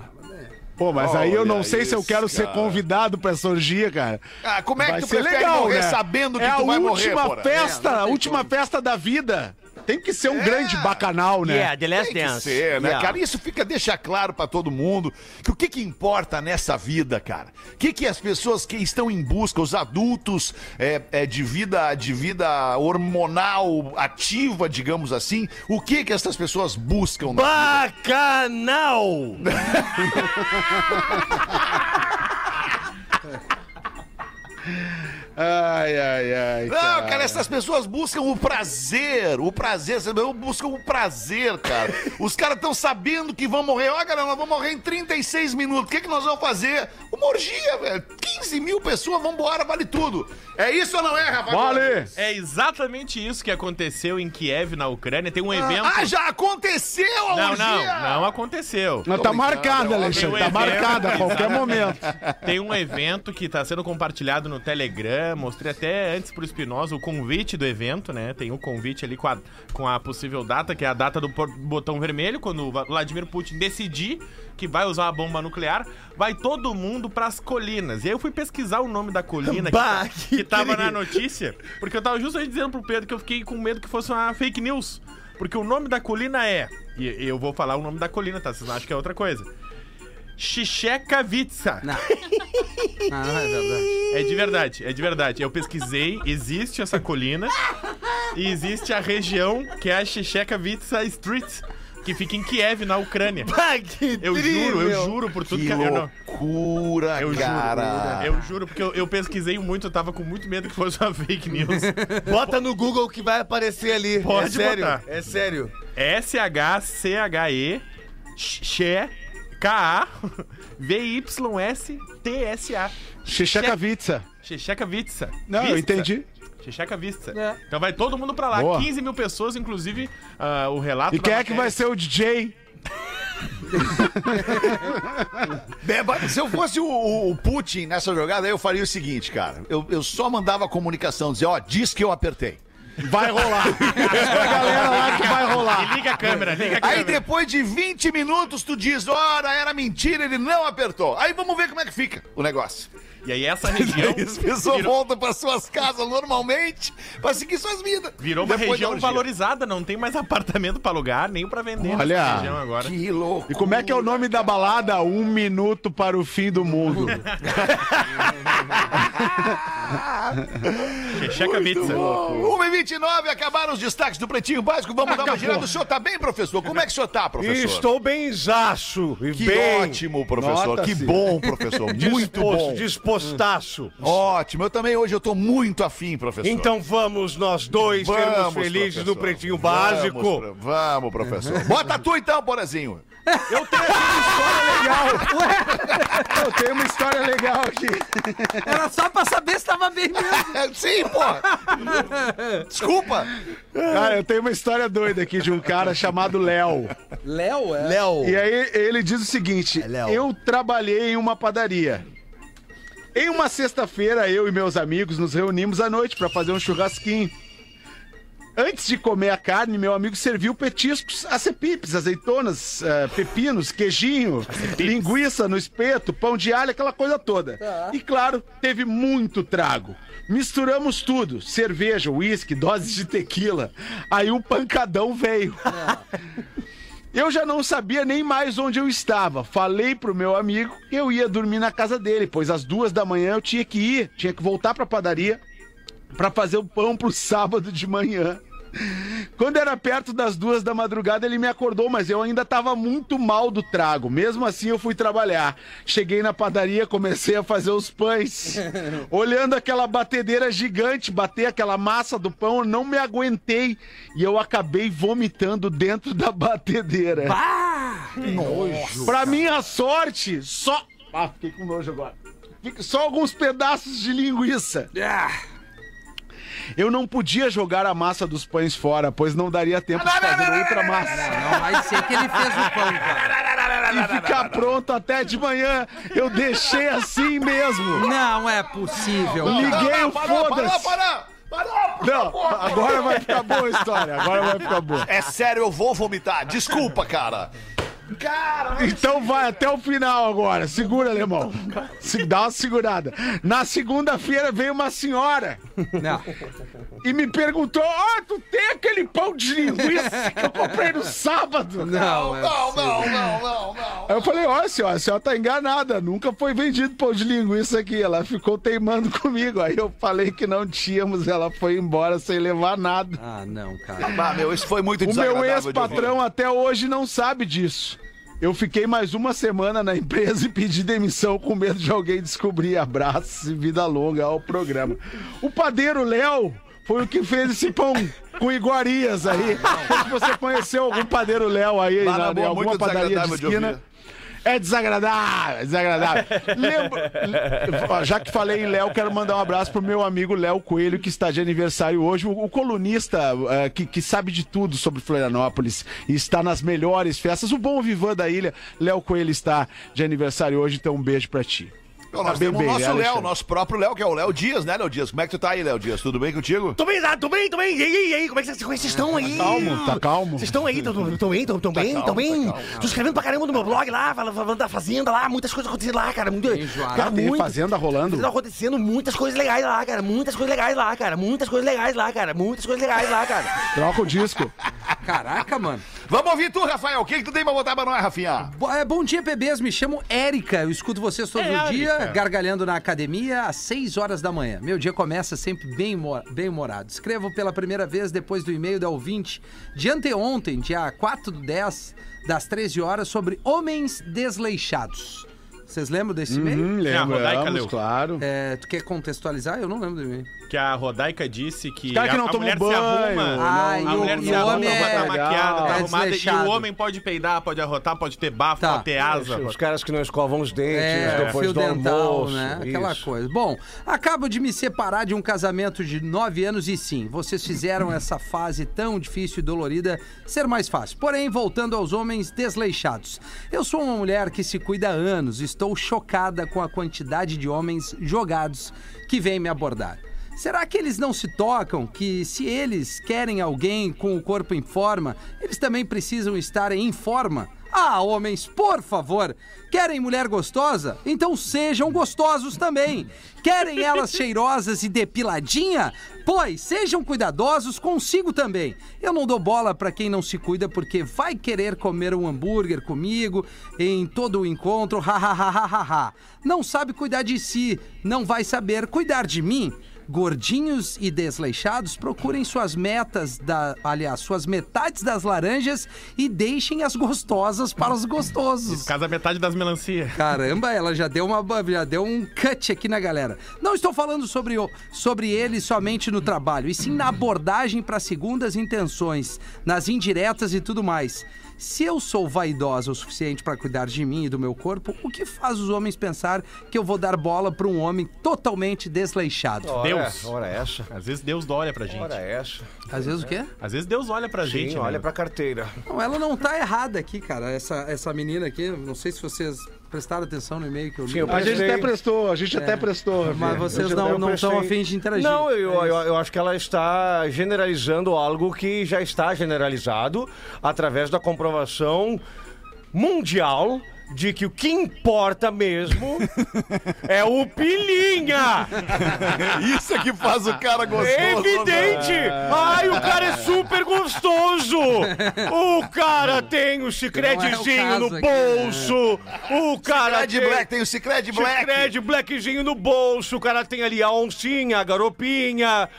S6: Pô, mas aí eu não
S1: Olha
S6: sei se eu
S1: isso,
S6: quero ser
S1: cara.
S6: convidado pra essa orgia, cara.
S1: Ah, como é
S6: vai
S1: que tu
S6: ser
S1: prefere
S6: legal,
S1: morrer
S6: né?
S1: sabendo que
S6: é
S1: tu vai
S6: a
S1: morrer,
S6: última
S1: Porã?
S6: festa,
S2: É, não
S6: a
S2: tem
S6: última festa da vida. Tem que ser um
S1: É.
S6: grande bacanal, né?
S4: Yeah, The Last
S1: Tem que
S4: Dance.
S1: ser, né,
S4: Yeah.
S1: cara? Isso fica, deixa claro pra todo mundo que o que que importa nessa vida, cara? O que que as pessoas que estão em busca, os adultos é, é, de vida de vida hormonal ativa, digamos assim, o que que essas pessoas buscam? né? na vida?
S4: Bacanal!
S6: Ai, ai, ai.
S1: Não, cara, essas pessoas buscam o prazer, o prazer, sabe? Eu buscam o prazer, cara. Os caras estão sabendo que vão morrer. Ó, galera, nós vamos morrer em 36 minutos. O que, que nós vamos fazer? Uma orgia, velho. 15 mil pessoas, vambora, vale tudo. É isso ou não é, Rafa?
S6: Vale! tá
S8: É exatamente isso que aconteceu em Kiev, na Ucrânia. Tem um evento.
S1: Ah, já aconteceu a
S8: Não,
S1: orgia!
S8: não, não aconteceu.
S6: Mas tá
S1: brincando,
S6: marcada,
S1: é
S6: Alexandre. Tá
S8: óbvio.
S6: marcada a qualquer momento.
S8: Tem um evento que tá sendo compartilhado no Telegram. Mostrei até antes pro Espinosa o convite do evento, né? Tem um convite ali com a, com a possível data, que é a data do por- botão vermelho, quando o Va- Vladimir Putin decidir que vai usar a bomba nuclear, vai todo mundo pras colinas. E aí eu fui pesquisar o nome da colina que,
S4: Bah,
S8: tá-
S4: que
S8: que tava na
S4: querido.
S8: notícia, porque eu tava justamente dizendo pro Pedro que eu fiquei com medo que fosse uma fake news. Porque o nome da colina é. E eu vou falar o nome da colina, tá? Vocês não acham que é outra coisa. Shishekavitsa.
S2: ah, é verdade.
S8: É de verdade, é de verdade. Eu pesquisei, existe essa colina e existe a região que é a Shechekavitsa Street, que fica em Kiev, na Ucrânia.
S4: Bah, que
S8: Eu juro, eu juro por tudo
S1: Que
S8: que eu não.
S1: loucura,
S8: Eu
S1: cara.
S8: juro, eu juro, porque eu, eu pesquisei muito, eu tava com muito medo que fosse uma fake news.
S4: Bota no Google que vai aparecer ali.
S8: Pode
S4: é sério.
S8: botar.
S4: É sério.
S8: S-H-C-H-E She K-A V-Y-S-T-S-A.
S6: Xixacavitsa.
S8: Shechekavitsa.
S6: Não, eu
S8: Vitsa.
S6: entendi.
S8: Checheca Vista.
S2: É.
S8: Então vai todo mundo pra lá.
S6: Boa.
S8: 15 mil pessoas, inclusive ah, o relato.
S6: E
S8: da
S6: quem é que vai ser
S8: matéria-
S6: o DJ?
S1: Beba, É, se eu fosse o, o- o Putin nessa jogada, eu faria o seguinte, cara. Eu, eu só mandava a comunicação dizer, ó, diz que eu apertei.
S6: Vai rolar. Diz pra galera lá que vai rolar.
S8: E liga a câmera, liga a câmera.
S1: Aí depois de 20 minutos tu diz, ora, era mentira, ele não apertou. Aí vamos ver como é que fica o negócio.
S8: E aí essa região
S1: Aí as pessoas
S8: virou,
S1: voltam para suas casas normalmente para seguir suas vidas.
S8: virou uma
S1: Depois um
S6: um
S1: da
S8: região
S1: orgia.
S8: valorizada, não tem mais apartamento pra alugar, nem pra vender
S6: Olha.
S8: nessa região agora.
S1: Que louco.
S6: E como é que é o nome da balada? Um minuto para o fim do mundo.
S8: Checa pizza.
S1: Bom, 1h29, acabaram os destaques do Pretinho Básico. Vamos dar uma girada. O senhor tá bem, professor? Como é que o senhor tá, professor?
S4: Estou bem zaço e
S1: Que
S4: bem
S1: ótimo, professor.
S6: Nota-se.
S1: Que bom, professor. Muito
S4: dispos-
S1: bom.
S4: dispostaço.
S1: Ótimo. Eu também hoje eu tô muito afim, professor.
S4: Então vamos nós dois sermos felizes
S1: professor.
S4: no Pretinho
S1: Vamos,
S4: Básico.
S1: pro- Vamos, professor. Bota tu então, Porazinho.
S6: Eu tenho uma história legal aqui.
S2: Era só pra saber se tava bem mesmo.
S1: É, Sim, pô. Desculpa.
S6: Cara, eu tenho uma história doida aqui de um cara chamado Léo.
S2: Léo, é?
S4: Léo. É,
S6: E aí ele diz o seguinte:
S4: Léo.
S6: Eu trabalhei em uma padaria. Em uma sexta-feira, eu e meus amigos nos reunimos à noite para fazer um churrasquinho. Antes de comer a carne, meu amigo serviu petiscos, acepipes, azeitonas, eh, pepinos, queijinho, linguiça no espeto, pão de alho, aquela coisa toda.
S4: Tá.
S6: E claro, teve muito trago. Misturamos tudo: cerveja, uísque, doses de tequila. Aí um pancadão veio. Eu já não sabia nem mais onde eu estava. Falei pro meu amigo que eu ia dormir na casa dele, pois às duas da manhã eu tinha que ir, tinha que voltar pra padaria pra fazer o pão pro sábado de manhã. Quando era perto das duas da madrugada, ele me acordou, mas eu ainda estava muito mal do trago. Mesmo assim, eu fui trabalhar. Cheguei na padaria, comecei a fazer os pães. Olhando aquela batedeira gigante, bater aquela massa do pão, eu não me aguentei. E eu acabei vomitando dentro da batedeira. Pra minha sorte, só. Ah, fiquei com nojo agora. Fica- Só alguns pedaços de linguiça.
S2: Ah.
S6: Eu não podia jogar a massa dos pães fora, pois não daria tempo de fazer outra massa
S2: Não vai ser que ele fez o pão, cara.
S6: e ficar pronto até de manhã. Eu deixei assim mesmo.
S2: Não é possível. cara.
S6: Liguei o
S1: Parou, parou,
S6: foda-se.
S1: parou. Parou, por
S6: Não,
S1: favor.
S6: agora vai ficar boa a história. Agora vai ficar boa.
S1: É sério, eu vou vomitar. Desculpa, cara. Cara,
S6: Então vai até o final agora. Segura, alemão. Se- Dá uma segurada. Na segunda-feira veio uma senhora
S2: Não.
S6: e me perguntou: Ó, tu tem aquele pão de linguiça que eu comprei no sábado?
S2: Não, é.
S1: não, não, não, não, não.
S6: Aí eu falei, ó, senhora, a senhora tá enganada, nunca foi vendido pão de linguiça aqui. Ela ficou teimando comigo. Aí eu falei que não tínhamos, ela foi embora sem levar nada.
S2: Ah, não, cara.
S1: Ah, meu, isso foi muito
S6: O meu
S1: desagradável de ouvir.
S6: ex-patrão até hoje não sabe disso. Eu fiquei mais uma semana na empresa e pedi demissão com medo de alguém descobrir. Abraços e vida longa ao programa. O padeiro Léo foi o que fez esse pão com iguarias aí. Se você conheceu algum padeiro Léo aí
S1: Bah, na
S6: na, em
S1: boa,
S6: alguma
S1: muito
S6: padaria de
S1: desagradável de
S6: esquina...
S1: ouvir.
S6: É desagradável, é desagradável. Lembra- Ó, já que falei em Léo, quero mandar um abraço pro meu amigo Léo Coelho, que está de aniversário hoje, o, o colunista eh, que, que sabe de tudo sobre Florianópolis e está nas melhores festas, o bom vivan da ilha. Léo Coelho está de aniversário hoje, então um beijo pra ti.
S1: Então, nós
S6: Tá
S1: temos o nosso Léo,
S6: Alexandre?
S1: nosso próprio Léo, que é o Léo Dias, né, Léo Dias? Como é que tu tá aí, Léo Dias? Tudo bem contigo?
S9: Tô bem, tá, tô bem, tô bem. E aí, e aí, como é que vocês- como é que vocês estão aí?
S6: Calmo, tá calmo.
S9: Vocês estão aí, tão, tão, tão bem, tão, tão bem,
S1: calmo,
S9: tão bem.
S1: tá calmo.
S9: Tô escrevendo pra caramba no meu blog lá, fal- falando da fazenda lá, muitas coisas acontecendo lá, cara. Muito,
S2: Enjoado.
S9: cara,
S6: Ah, tem
S9: muito-
S6: fazenda
S9: Tá
S6: rolando?
S9: acontecendo muitas coisas legais lá, cara. Muitas coisas legais lá, cara. Muitas coisas legais lá, cara. Muitas coisas legais lá, cara.
S6: Troca o disco.
S2: Caraca, mano.
S1: Vamos ouvir tu, Rafael. O que, que tu tem pra botar pra nós, Rafinha?
S2: Bo- é, Bom dia, bebês. Me chamo Érica. Eu escuto vocês todo o dia, gargalhando na academia às 6 horas da manhã. Meu dia começa sempre bem mo- bem humorado. Escrevo pela primeira vez depois do e-mail da ouvinte de anteontem, dia 4 do 10, das 13 horas, sobre homens desleixados. Vocês lembram desse e-mail?
S6: Hum,
S8: É a Rodaica, Léo.
S6: lembramos, claro.
S2: É, tu quer contextualizar? Eu não lembro do e-mail.
S8: Que a Rodaica disse que,
S6: cara que
S8: a,
S6: não
S8: a
S6: tomam
S8: mulher se
S6: banho,
S8: arruma.
S2: Ah,
S8: a
S2: e o-
S8: mulher
S2: e
S8: se
S2: o
S8: arruma,
S2: homem
S8: tá
S2: é-
S8: maquiada, tá
S2: é
S8: arrumada. E
S2: desleixado.
S8: o homem pode peidar, pode arrotar, pode ter bafo,
S2: Tá.
S8: pode ter asa.
S4: Os caras que não escovam os dentes
S2: É,
S4: depois
S2: fio
S4: do
S2: dental,
S4: almoço.
S2: né? Aquela
S4: isso.
S2: coisa. Bom, acabo de me separar de um casamento de nove anos e sim, vocês fizeram essa fase tão difícil e dolorida ser mais fácil. Porém, voltando aos homens desleixados. Eu sou uma mulher que se cuida há anos, estou chocada com a quantidade de homens jogados que vêm me abordar. Será que eles não se tocam que se eles querem alguém com o corpo em forma, eles também precisam estar em forma? Ah, homens, por favor! Querem mulher gostosa? Então sejam gostosos também! Querem elas cheirosas e depiladinha? Pois, sejam cuidadosos consigo também! Eu não dou bola pra quem não se cuida porque vai querer comer um hambúrguer comigo em todo o encontro, ha ha ha ha ha ha. Não sabe cuidar de si, não vai saber cuidar de mim? Gordinhos e desleixados, procurem suas metas, da, aliás, suas metades das laranjas e deixem as gostosas para os gostosos.
S8: Casa metade das melancia.
S2: Caramba, ela já deu uma já deu um cut aqui na galera. Não estou falando sobre, o- sobre ele somente no trabalho, e sim na abordagem para segundas intenções, nas indiretas e tudo mais. Se eu sou vaidosa o suficiente para cuidar de mim e do meu corpo, o que faz os homens pensar que eu vou dar bola para um homem totalmente desleixado?
S8: Deus.
S7: Ora essa.
S8: Às vezes Deus olha
S2: É,
S8: pra gente.
S7: Ora essa.
S2: Às vezes o quê?
S8: Às vezes Deus olha pra gente.
S7: Sim,
S8: né?
S7: olha pra carteira.
S2: Não, ela não tá errada aqui, cara. Essa, essa menina aqui, não sei se vocês prestaram atenção no e-mail que eu li. Ah,
S7: eu
S6: A gente
S7: Prestei.
S6: até prestou, a gente até prestou.
S2: mas
S6: Rafinha.
S2: vocês
S7: É, Eu
S2: não
S7: prestei-
S2: estão afim de interagir.
S7: Não, eu,
S2: É
S7: eu, eu acho que ela está generalizando algo que já está generalizado através da comprovação mundial de que o que importa mesmo é o pilinha!
S1: Isso é que faz o cara gostoso. né?
S7: É evidente! Ai, o cara é super gostoso! O cara tem o
S2: Não é
S7: chicretezinho
S2: o
S7: no
S2: é caso aqui,
S7: bolso! O cara
S1: Cicred
S7: tem...
S1: Black, tem o Cicred Black.
S7: Chicrete, blackzinho no bolso, o cara tem ali a oncinha, a garopinha.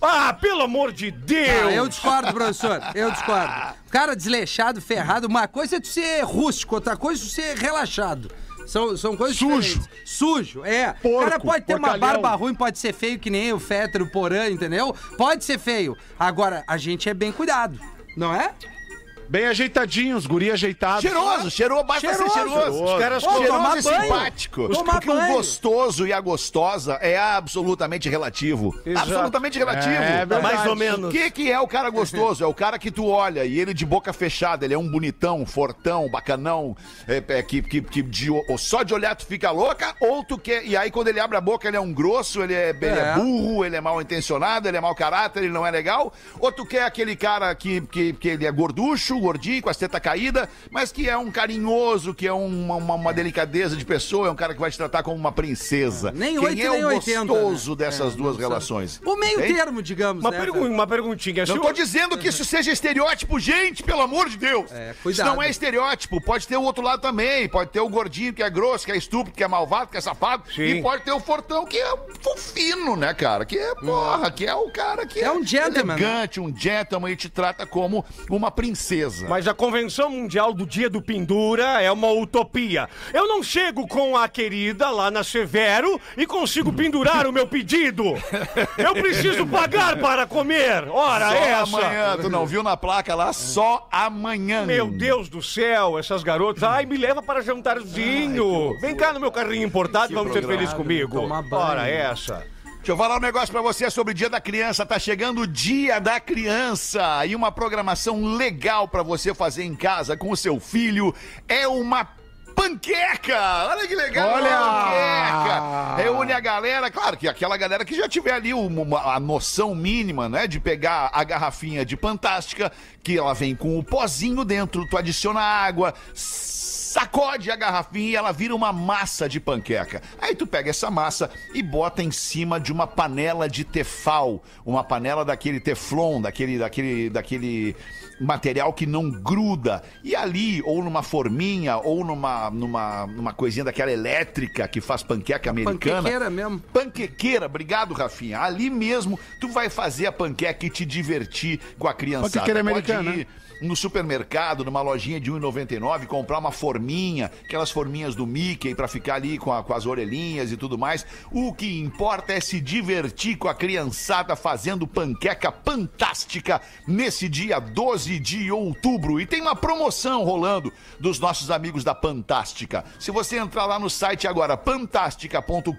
S7: Ah, pelo amor de
S2: Ah,
S7: Deus!
S2: eu discordo, professor. Eu discordo. Cara desleixado, ferrado. Uma coisa é tu ser rústico, outra coisa é tu ser relaxado. São, são coisas
S6: Sujo.
S2: diferentes. Sujo, é. o cara
S6: Porco,
S2: pode ter uma
S6: porcalhão.
S2: barba ruim, pode ser feio que nem o Fetter, o Porã, entendeu? Pode ser feio. Agora, a gente é bem cuidado, não é?
S6: Bem ajeitadinhos, guri ajeitado.
S1: Cheiroso, cheirou, basta ser
S2: Cheiroso.
S1: cheiroso.
S8: Os caras
S1: Ô, cheiroso
S2: tomar
S1: e
S2: banho.
S1: simpático.
S2: Tomar
S1: Porque o
S2: banho.
S1: gostoso e a gostosa é absolutamente relativo.
S7: Exato.
S1: Absolutamente relativo.
S6: É verdade.
S4: Mais ou
S1: O
S4: menos.
S1: que, que é o cara gostoso? É o cara que tu olha e ele de boca fechada, ele é um bonitão, fortão, bacanão, é, é, que, que, que de o- ou só de olhar tu fica louca, ou tu quer. E aí quando ele abre a boca, ele é um grosso, ele é, ele é
S2: É.
S1: burro, ele é mal intencionado, ele é mau caráter, ele não é legal. Ou tu quer aquele cara que, que, que ele é gorducho, gordinho, com as tetas caídas, mas que é um carinhoso, que é uma, uma, uma delicadeza de pessoa, é um cara que vai te tratar como uma princesa.
S2: Nem
S1: Quem
S2: oito,
S1: é
S2: nem
S1: o
S2: 80,
S1: gostoso
S2: né?
S1: dessas
S2: É,
S1: duas
S2: não
S1: relações?
S2: O meio
S1: Hein?
S2: termo, digamos.
S7: Uma,
S2: né,
S7: pergun-
S2: cara?
S7: uma perguntinha.
S1: Não
S7: se
S1: tô
S7: o-
S1: dizendo que isso seja estereótipo, gente, pelo amor de Deus.
S2: É, cuidado.
S1: Isso não é estereótipo. Pode ter o outro lado também. Pode ter o gordinho que é grosso, que é estúpido, que é malvado, que é safado.
S7: Sim.
S1: E pode ter o fortão que é fofino, né, cara? Que é porra, que é o cara que
S2: É um gentleman,
S1: elegante, um gentleman e te trata como uma princesa.
S7: Mas a Convenção Mundial do Dia do Pendura é uma utopia. Eu não chego com a querida lá na Severo e consigo pendurar o meu pedido. Eu preciso pagar para comer. Ora,
S1: só
S7: é essa.
S1: amanhã, tu não viu na placa lá? Só amanhã.
S7: Meu Deus do céu, essas garotas. Ai, me leva para jantarzinho. Vem cá no meu carrinho importado e vamos ser
S1: programa.
S7: felizes comigo.
S2: Tomar banho.
S7: Ora, essa.
S1: Deixa eu falar um negócio pra você sobre o Dia da Criança. Tá chegando o Dia da Criança e uma programação legal pra você fazer em casa com o seu filho é uma panqueca. Olha que legal,
S6: Olha!
S1: uma panqueca. Reúne a galera, claro que aquela galera que já tiver ali uma- uma- a noção mínima, né, de pegar a garrafinha de Fantástica, que ela vem com o pozinho dentro, tu adiciona água, sacode a garrafinha e ela vira uma massa de panqueca. Aí tu pega essa massa e bota em cima de uma panela de tefal, uma panela daquele teflon, daquele daquele daquele material que não gruda. E ali ou numa forminha ou numa numa, numa coisinha daquela elétrica que faz panqueca americana.
S2: Panquequeira mesmo.
S1: Panquequeira, obrigado, Rafinha. Ali mesmo tu vai fazer a panqueca e te divertir com a criançada.
S6: Panquequeira
S1: Pode
S6: americana.
S1: ir no supermercado, numa lojinha de 1,99, comprar uma forminha, aquelas forminhas do Mickey pra ficar ali com, a- com as orelhinhas e tudo mais. O que importa é se divertir com a criançada fazendo panqueca fantástica nesse dia 12 de outubro. E tem uma promoção rolando dos nossos amigos da Fantástica. Se você entrar lá no site agora,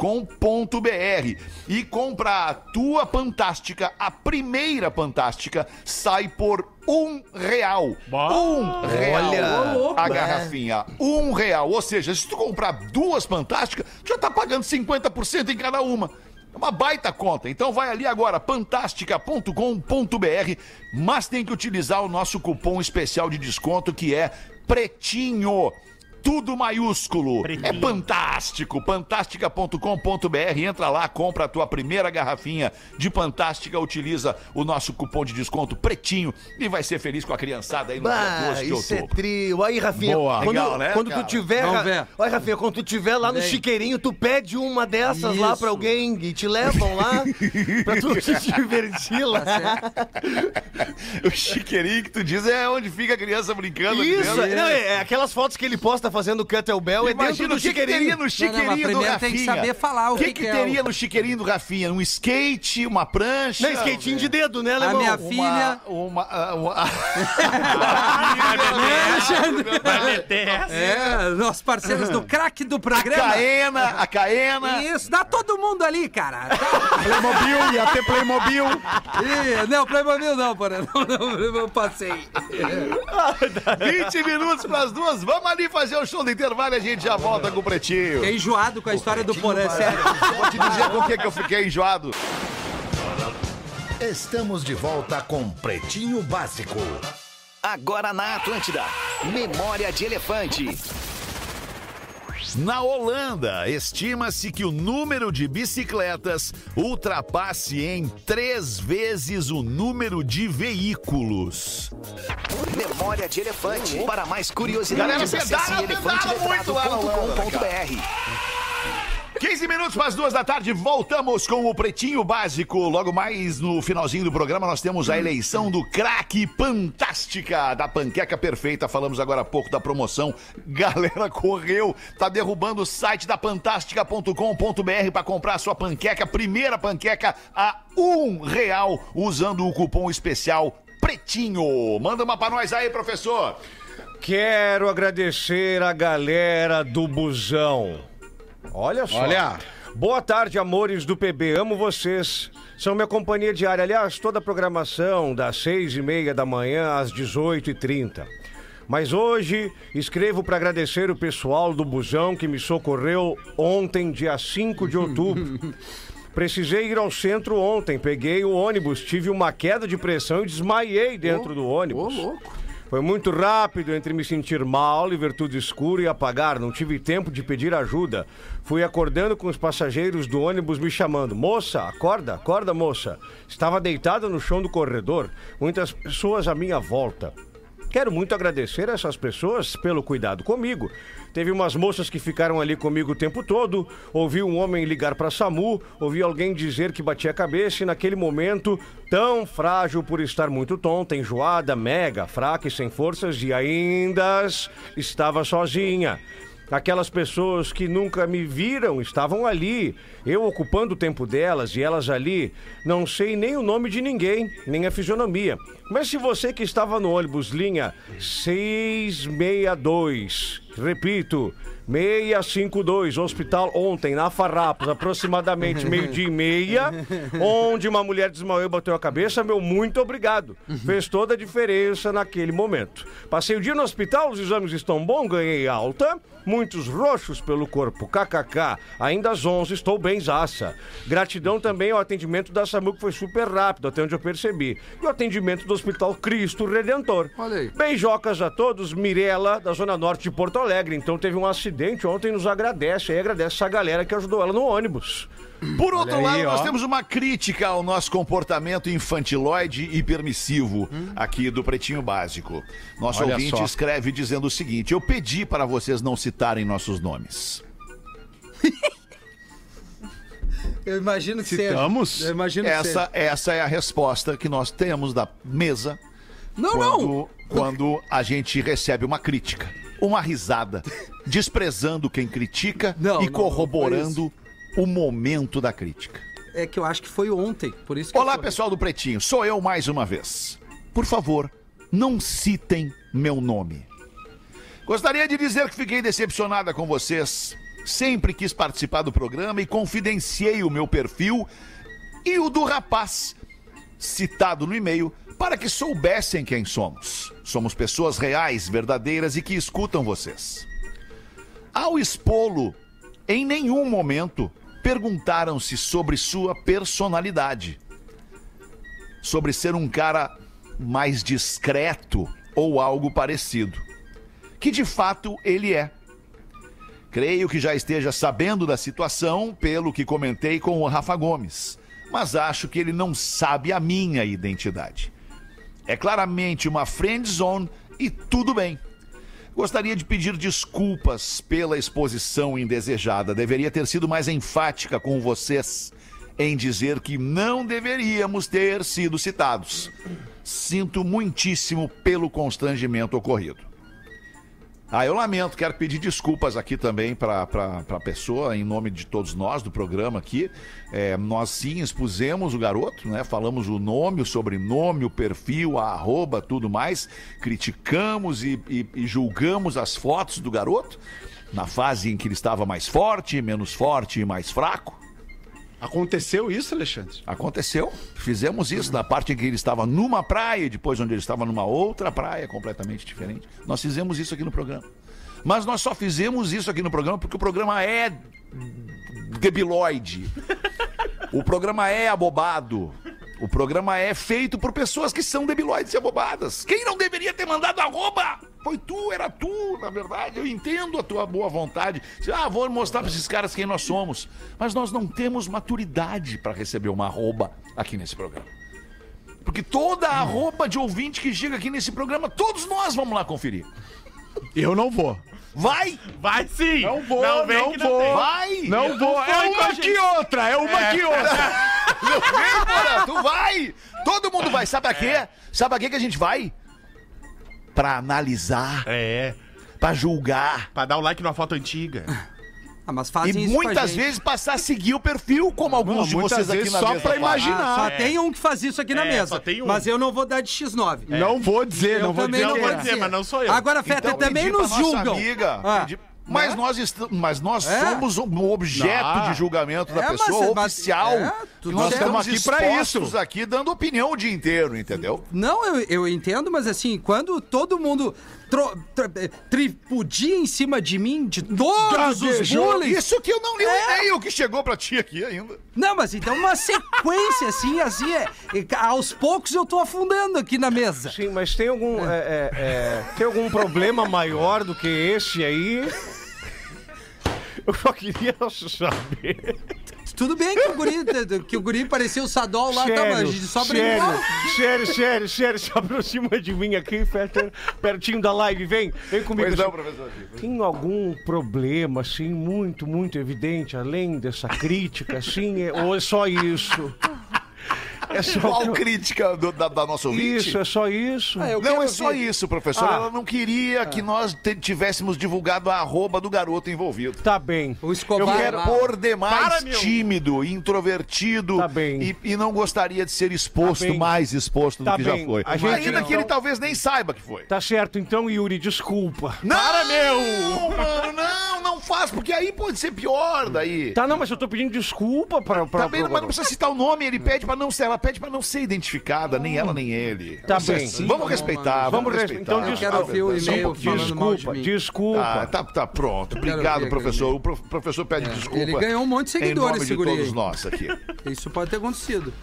S1: fantástica.com.br e comprar a tua Fantástica, a primeira Fantástica, sai por um real. Um real. a garrafinha. Um real. Ou seja, se tu comprar duas fantásticas, tu já tá pagando 50% em cada uma. É uma baita conta. Então vai ali agora, fantastica.com.br, mas tem que utilizar o nosso cupom especial de desconto que é Pretinho. Tudo maiúsculo. É fantástico. Fantástica.com.br. Entra lá, compra a tua primeira garrafinha de Fantástica. Utiliza o nosso cupom de desconto pretinho e vai ser feliz com a criançada aí no dia
S4: Bah,
S1: 12 de
S4: isso é
S1: outubro.
S4: trio. Aí, Rafinha,
S1: Boa.
S4: quando,
S1: Legal, né,
S4: quando
S1: cara?
S4: tu tiver.
S2: Vamos ver.
S4: Olha, Rafinha, quando tu tiver lá no
S2: Vem.
S4: chiqueirinho, tu pede uma dessas lá
S2: Isso.
S4: pra alguém e te levam lá pra tu te divertir lá.
S2: Tá
S1: O chiqueirinho que tu diz é onde fica a criança brincando. ali
S4: Isso,
S1: dentro.
S4: é, não, é, é aquelas fotos que ele posta fazendo kettlebell é dentro
S1: Imagina o
S4: do
S1: que, que
S4: chiqueirinho.
S1: teria no chiqueirinho
S2: mas
S1: do
S2: primeiro
S1: Rafinha.
S2: tem que saber falar o
S1: que,
S2: que
S1: que,
S2: que é
S1: teria
S2: o-
S1: no chiqueirinho do Rafinha? Um skate, uma prancha?
S4: Não, skatinho de dedo, né,
S2: A
S4: Alemão?
S2: minha
S1: Uma,
S2: filha.
S1: uma, ah, uma-
S8: Vai meter essa, vai meter essa.
S2: É, nossos parceiros do craque do
S1: a
S2: programa.
S1: caena, a caena.
S2: Isso, dá todo mundo ali, cara.
S6: Playmobil, ia ter Playmobil.
S2: Ih, não, Playmobil não, porra. Não, não, eu passei.
S1: 20 minutos pras duas. Vamos ali fazer o show do intervalo e a gente já volta com o Pretinho.
S2: Fiquei enjoado com a história do Porã, sério.
S1: Vou te dizer por que que eu fiquei enjoado.
S5: Estamos de volta com Pretinho Básico.
S3: Agora na Atlântida. Memória de elefante.
S1: Na Holanda, estima-se que o número de bicicletas ultrapasse em três vezes o número de veículos.
S3: Memória de elefante. Para mais curiosidades,
S1: Galera, pedala,
S3: acesse
S1: pedala muito lá na Holanda, 15 minutos para as duas da tarde, voltamos com o Pretinho Básico. Logo mais no finalzinho do programa, nós temos a eleição do craque Fantástica da Panqueca Perfeita. Falamos agora há pouco da promoção. Galera, correu, tá derrubando o site da fantástica.com.br para comprar a sua panqueca, primeira panqueca a um real, usando o cupom especial Pretinho. Manda uma para nós aí, professor.
S7: Quero agradecer a galera do Busão. Olha só.
S6: Olha.
S7: Boa tarde, amores do PB. Amo vocês. São minha companhia diária. Aliás, toda a programação das seis e meia da manhã às 18h30. Mas hoje escrevo para agradecer o pessoal do Busão que me socorreu ontem, dia 5 de outubro. Precisei ir ao centro ontem, peguei o ônibus, tive uma queda de pressão e desmaiei dentro do ônibus. Foi muito rápido entre me sentir mal e ver tudo escuro e apagar. Não tive tempo de pedir ajuda. Fui acordando com os passageiros do ônibus me chamando. Moça, acorda, acorda, moça. Estava deitada no chão do corredor. Muitas pessoas à minha volta. Quero muito agradecer a essas pessoas pelo cuidado comigo. Teve umas moças que ficaram ali comigo o tempo todo. Ouvi um homem ligar para SAMU, ouvi alguém dizer que batia a cabeça e naquele momento, tão frágil por estar muito tonta, enjoada, mega, fraca e sem forças e ainda estava sozinha. Aquelas pessoas que nunca me viram estavam ali, eu ocupando o tempo delas e elas ali. Não sei nem o nome de ninguém, nem a fisionomia. Mas se você que estava no ônibus linha 662, repito, 652, hospital ontem, na Farrapos, aproximadamente meio-dia e meia, onde uma mulher desmaiou e bateu a cabeça, meu muito obrigado. Fez toda a diferença naquele momento. Passei o dia no hospital, os exames estão bons, ganhei alta, muitos roxos pelo corpo, kkk. Ainda às 11, estou bem zaça. Gratidão também ao atendimento da SAMU, que foi super rápido, até onde eu percebi. E o atendimento do Hospital Cristo Redentor.
S2: Olha aí.
S7: Beijocas a todos. Mirella, da Zona Norte de Porto Alegre. Então teve um acidente ontem, nos agradece. E agradece essa galera que ajudou ela no ônibus.
S1: Por outro
S7: aí,
S1: lado, nós
S7: ó.
S1: temos uma crítica ao nosso comportamento infantiloide e permissivo aqui do Pretinho Básico. Nosso
S6: Olha
S1: ouvinte
S6: só.
S1: escreve dizendo o seguinte: Eu pedi para vocês não citarem nossos nomes.
S2: Eu imagino que seja.
S6: Citamos?
S2: Eu imagino que
S1: Essa,
S2: seja.
S1: essa é a resposta que nós temos da mesa
S2: Não, não.
S1: quando, quando a gente recebe uma crítica, uma risada, desprezando quem critica
S2: Não,
S1: e
S2: não,
S1: corroborando o momento da crítica.
S2: É que eu acho que foi ontem, por isso que
S1: Olá,
S2: eu corri.
S1: pessoal do Pretinho. Sou eu mais uma vez. Por favor, não citem meu nome. Gostaria de dizer que fiquei decepcionada com vocês. Sempre quis participar do programa e confidenciei o meu perfil e o do rapaz, citado no e-mail, para que soubessem quem somos. Somos pessoas reais, verdadeiras e que escutam vocês. Ao expô-lo, em nenhum momento perguntaram-se sobre sua personalidade. Sobre ser um cara mais discreto ou algo parecido. Que de fato ele é. Creio que já esteja sabendo da situação pelo que comentei com o Rafa Gomes, mas acho que ele não sabe a minha identidade. É claramente uma friend zone e tudo bem. Gostaria de pedir desculpas pela exposição indesejada. Deveria ter sido mais enfática com vocês em dizer que não deveríamos ter sido citados. Sinto muitíssimo pelo constrangimento ocorrido. Ah, eu lamento, quero pedir desculpas aqui também para a pessoa, em nome de todos nós do programa aqui. É, nós sim expusemos o garoto, né? Falamos o nome, o sobrenome, o perfil, a arroba, tudo mais. Criticamos e, e- e julgamos as fotos do garoto na fase em que ele estava mais forte, menos forte e mais fraco.
S6: Aconteceu isso, Alexandre?
S1: Aconteceu, fizemos isso na parte em que ele estava numa praia e depois onde ele estava numa outra praia completamente diferente. Nós fizemos isso aqui no programa. Mas nós só fizemos isso aqui no programa porque o programa é debiloide. O programa é abobado. O programa é feito por pessoas que são debiloides e abobadas. Quem não deveria ter mandado arroba? Foi tu, era tu, na verdade. Eu entendo a tua boa vontade. Você, Ah, vou mostrar pra esses caras quem nós somos. Mas nós não temos maturidade pra receber uma arroba aqui nesse programa. Porque toda a arroba de ouvinte que chega aqui nesse programa, todos nós vamos lá conferir.
S6: Eu não vou.
S1: Vai!
S8: Vai sim!
S6: Não vou,
S8: vem
S6: não
S8: que
S6: vou.
S8: tem.
S1: Vai!
S6: Não vou. É
S8: fui
S4: um
S8: com
S6: uma
S8: a gente.
S6: que outra, é uma que outra.
S1: Meu filho, Porã, tu vai! Todo mundo vai. Sabe a
S6: É.
S1: quê? Sabe a quê que a gente vai? Pra analisar,
S8: É,
S1: pra julgar.
S8: pra dar o like numa foto antiga.
S2: Ah, mas fazem
S1: e
S2: isso com a
S1: muitas
S2: gente.
S1: vezes passar a seguir o perfil, como alguns de
S6: muitas
S1: vocês aqui
S6: vezes
S1: na
S6: só
S1: mesa
S6: pra
S1: fazem.
S6: imaginar.
S2: Ah, só
S6: É.
S2: tem um que faz isso aqui na
S8: É,
S2: mesa.
S8: só tem um.
S2: Mas eu não vou dar de X9.
S6: É. Não vou dizer,
S2: É. Eu
S6: não vou
S2: também
S6: dizer.
S2: não
S6: quem
S2: vou
S6: é.
S2: dizer,
S8: mas não sou eu.
S2: Agora, Feta,
S1: Então,
S2: também
S1: pedir pra
S2: nos
S1: nossa
S2: julgam.
S1: amiga,
S2: Ah,
S1: pedir- Mas
S2: né?
S1: nós, est- mas nós
S2: É.
S1: somos um objeto
S6: Não.
S1: de julgamento
S2: É,
S1: da
S2: mas-
S1: pessoa
S2: mas-
S1: oficial.
S2: é,
S1: que
S2: tudo
S1: nós
S2: certo.
S1: estamos aqui
S6: Estamos aqui pra
S1: para
S6: isso.
S1: isso. aqui dando opinião o dia inteiro, entendeu?
S2: Não, eu, eu entendo, mas assim, quando todo mundo tro, tro- eh, tripudia em cima de mim, de todos os
S6: Gaguejou.
S2: bullies.
S1: Isso que eu não li o
S2: É.
S1: e-mail que chegou pra ti aqui ainda.
S2: Não, mas então uma sequência, assim, assim, é, é- aos poucos eu tô afundando aqui na mesa.
S7: Sim, mas tem algum, é, é, é, tem algum problema maior do que este aí? Eu só queria saber.
S2: Tudo bem que o guri, que o guri parecia o Sadol lá, tá, mas a gente só brincou.
S7: sério, sério, sério, sério, se aproxima de mim aqui, Fetter, pertinho da live, vem, vem comigo.
S1: Pois não,
S7: assim.
S1: professor.
S7: Tem algum problema, assim, muito, muito evidente, além dessa crítica, assim, é- ou é só isso? É só
S1: Qual crítica do- da, da nossa ouvinte?
S7: isso, é só isso?
S2: Ah, eu
S1: Não,
S2: quero
S1: é só
S2: ver.
S1: isso, professor.
S7: Ah.
S1: Ela não queria que nós te- tivéssemos divulgado a arroba do garoto envolvido.
S7: Tá bem.
S2: O Escobar.
S7: Eu
S1: Que é
S2: lá.
S1: por demais
S8: Para, meu.
S1: tímido, introvertido
S7: Tá bem.
S1: E, e não gostaria de ser exposto,
S7: Tá bem.
S1: mais exposto do
S7: Tá
S1: que já
S7: bem.
S1: foi.
S7: A gente
S1: Ainda
S7: não-
S1: que ele talvez nem saiba que foi.
S7: Tá certo, então, Yuri, desculpa.
S1: Não, Para, meu! Mano, não, não faz, porque aí pode ser pior daí.
S7: Tá, não, mas eu tô pedindo desculpa pra... pra
S1: Tá bem,
S7: pra-
S1: mas não precisa citar o nome, ele pede pra não ser, ela pede pra não ser identificada, nem ela nem ele.
S7: Tá
S1: Isso é
S7: bem.
S1: assim, vamos
S2: Tá bom,
S1: respeitar,
S2: mano.
S1: vamos
S7: Vamos res-
S1: respeitar. Tá
S7: então
S2: Eu
S7: diz-
S2: quero ver o e-mail
S1: Só um
S2: falando mal de
S7: Desculpa,
S2: mim.
S7: desculpa.
S1: Ah, tá, tá pronto.
S2: Quero ver
S1: Obrigado,
S2: aquele
S1: professor. O prof- professor pede desculpa.
S2: ele ganhou um monte de
S1: Em
S2: seguidores,
S1: nome de
S2: esse guri
S1: todos
S2: aí.
S1: nós aqui.
S2: Isso pode ter acontecido.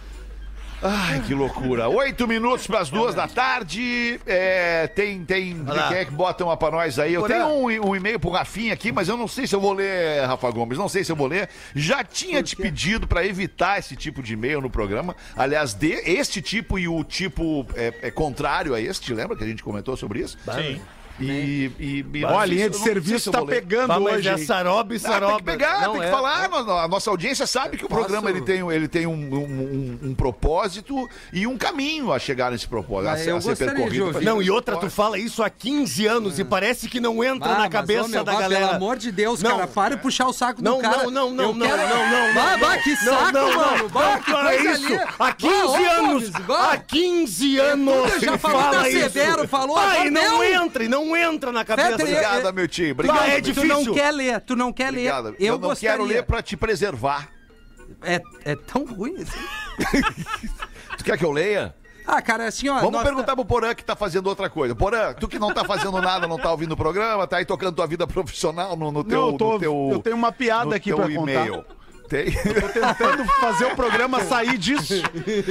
S1: Ai, que loucura. Oito minutos para as duas da tarde. É, tem, tem. Quem é que bota uma para nós aí? Eu tenho um, e- um e-mail pro Rafinha aqui, mas eu não sei se eu vou ler, Rafa Gomes. Não sei se eu vou ler. Já tinha te pedido para evitar esse tipo de e-mail no programa. Aliás, de este tipo e o tipo é, é contrário a este, lembra que a gente comentou sobre isso?
S8: Sim.
S1: E, e, e
S6: Ó, a
S1: eu
S6: linha
S1: não
S6: de
S1: sei se
S6: serviço
S1: eu
S6: tá
S1: vou ler.
S6: pegando
S4: Ah, mas
S6: hoje.
S4: é
S6: hein?
S4: saroba e
S1: Ah,
S4: saroba.
S1: tem que pegar,
S4: Não
S1: tem que
S4: é.
S1: falar. A nossa audiência
S6: É
S1: sabe que o programa
S2: posso-
S1: ele tem, ele tem um, um- um- um propósito e um caminho a chegar nesse propósito,
S6: É,
S1: a,
S2: Mas
S1: ser-
S2: eu
S1: a ser
S2: gostaria de
S1: percorrido.
S2: ouvir.
S4: Não, e outra, tu fala isso há 15 anos e parece que não entra
S2: Ah,
S4: na
S2: mas,
S4: cabeça
S2: ô, meu,
S4: da
S2: vá,
S4: galera.
S2: Pelo amor de Deus,
S4: Não.
S2: cara, para de puxar o saco
S4: Não,
S2: do cara.
S4: não, não, não,
S2: Eu
S4: não, não, não,
S2: Bah,
S4: não,
S2: bah, que
S4: não,
S2: saco,
S4: não,
S2: mano.
S4: não,
S2: Bah,
S4: não
S2: que
S4: fala
S2: coisa
S4: é isso.
S2: ali.
S4: Há 15
S2: Bah, ô,
S4: anos,
S2: Gomes, bah.
S4: há 15 anos
S2: já
S4: que
S2: falou,
S4: fala
S2: tá
S4: isso.
S2: severo, falou,
S4: Ai,
S2: agora
S4: não
S2: deu.
S4: entra, e não entra na cabeça.
S2: Fetter,
S4: da-
S1: Obrigado, meu tio. Obrigado.
S4: Vai, é
S1: meu
S4: difícil.
S2: Tu não quer ler, tu não quer ler.
S1: Ah, Obrigado.
S2: Eu,
S1: Eu não
S2: gostaria.
S1: quero ler pra te preservar.
S2: É, é tão ruim assim.
S1: Tu quer que eu leia?
S2: Ah, cara, assim, ó.
S1: Vamos
S2: nós-
S1: perguntar pro Porã que tá fazendo outra coisa. Porã, tu que não tá fazendo nada, não tá ouvindo o programa, tá aí tocando tua vida profissional no, no teu.
S6: eu tô-
S1: no teu-
S6: eu tenho uma piada
S1: no
S6: aqui
S1: teu
S6: pra contar.
S1: e-mail. tentei.
S6: Tentando fazer o programa sair disso.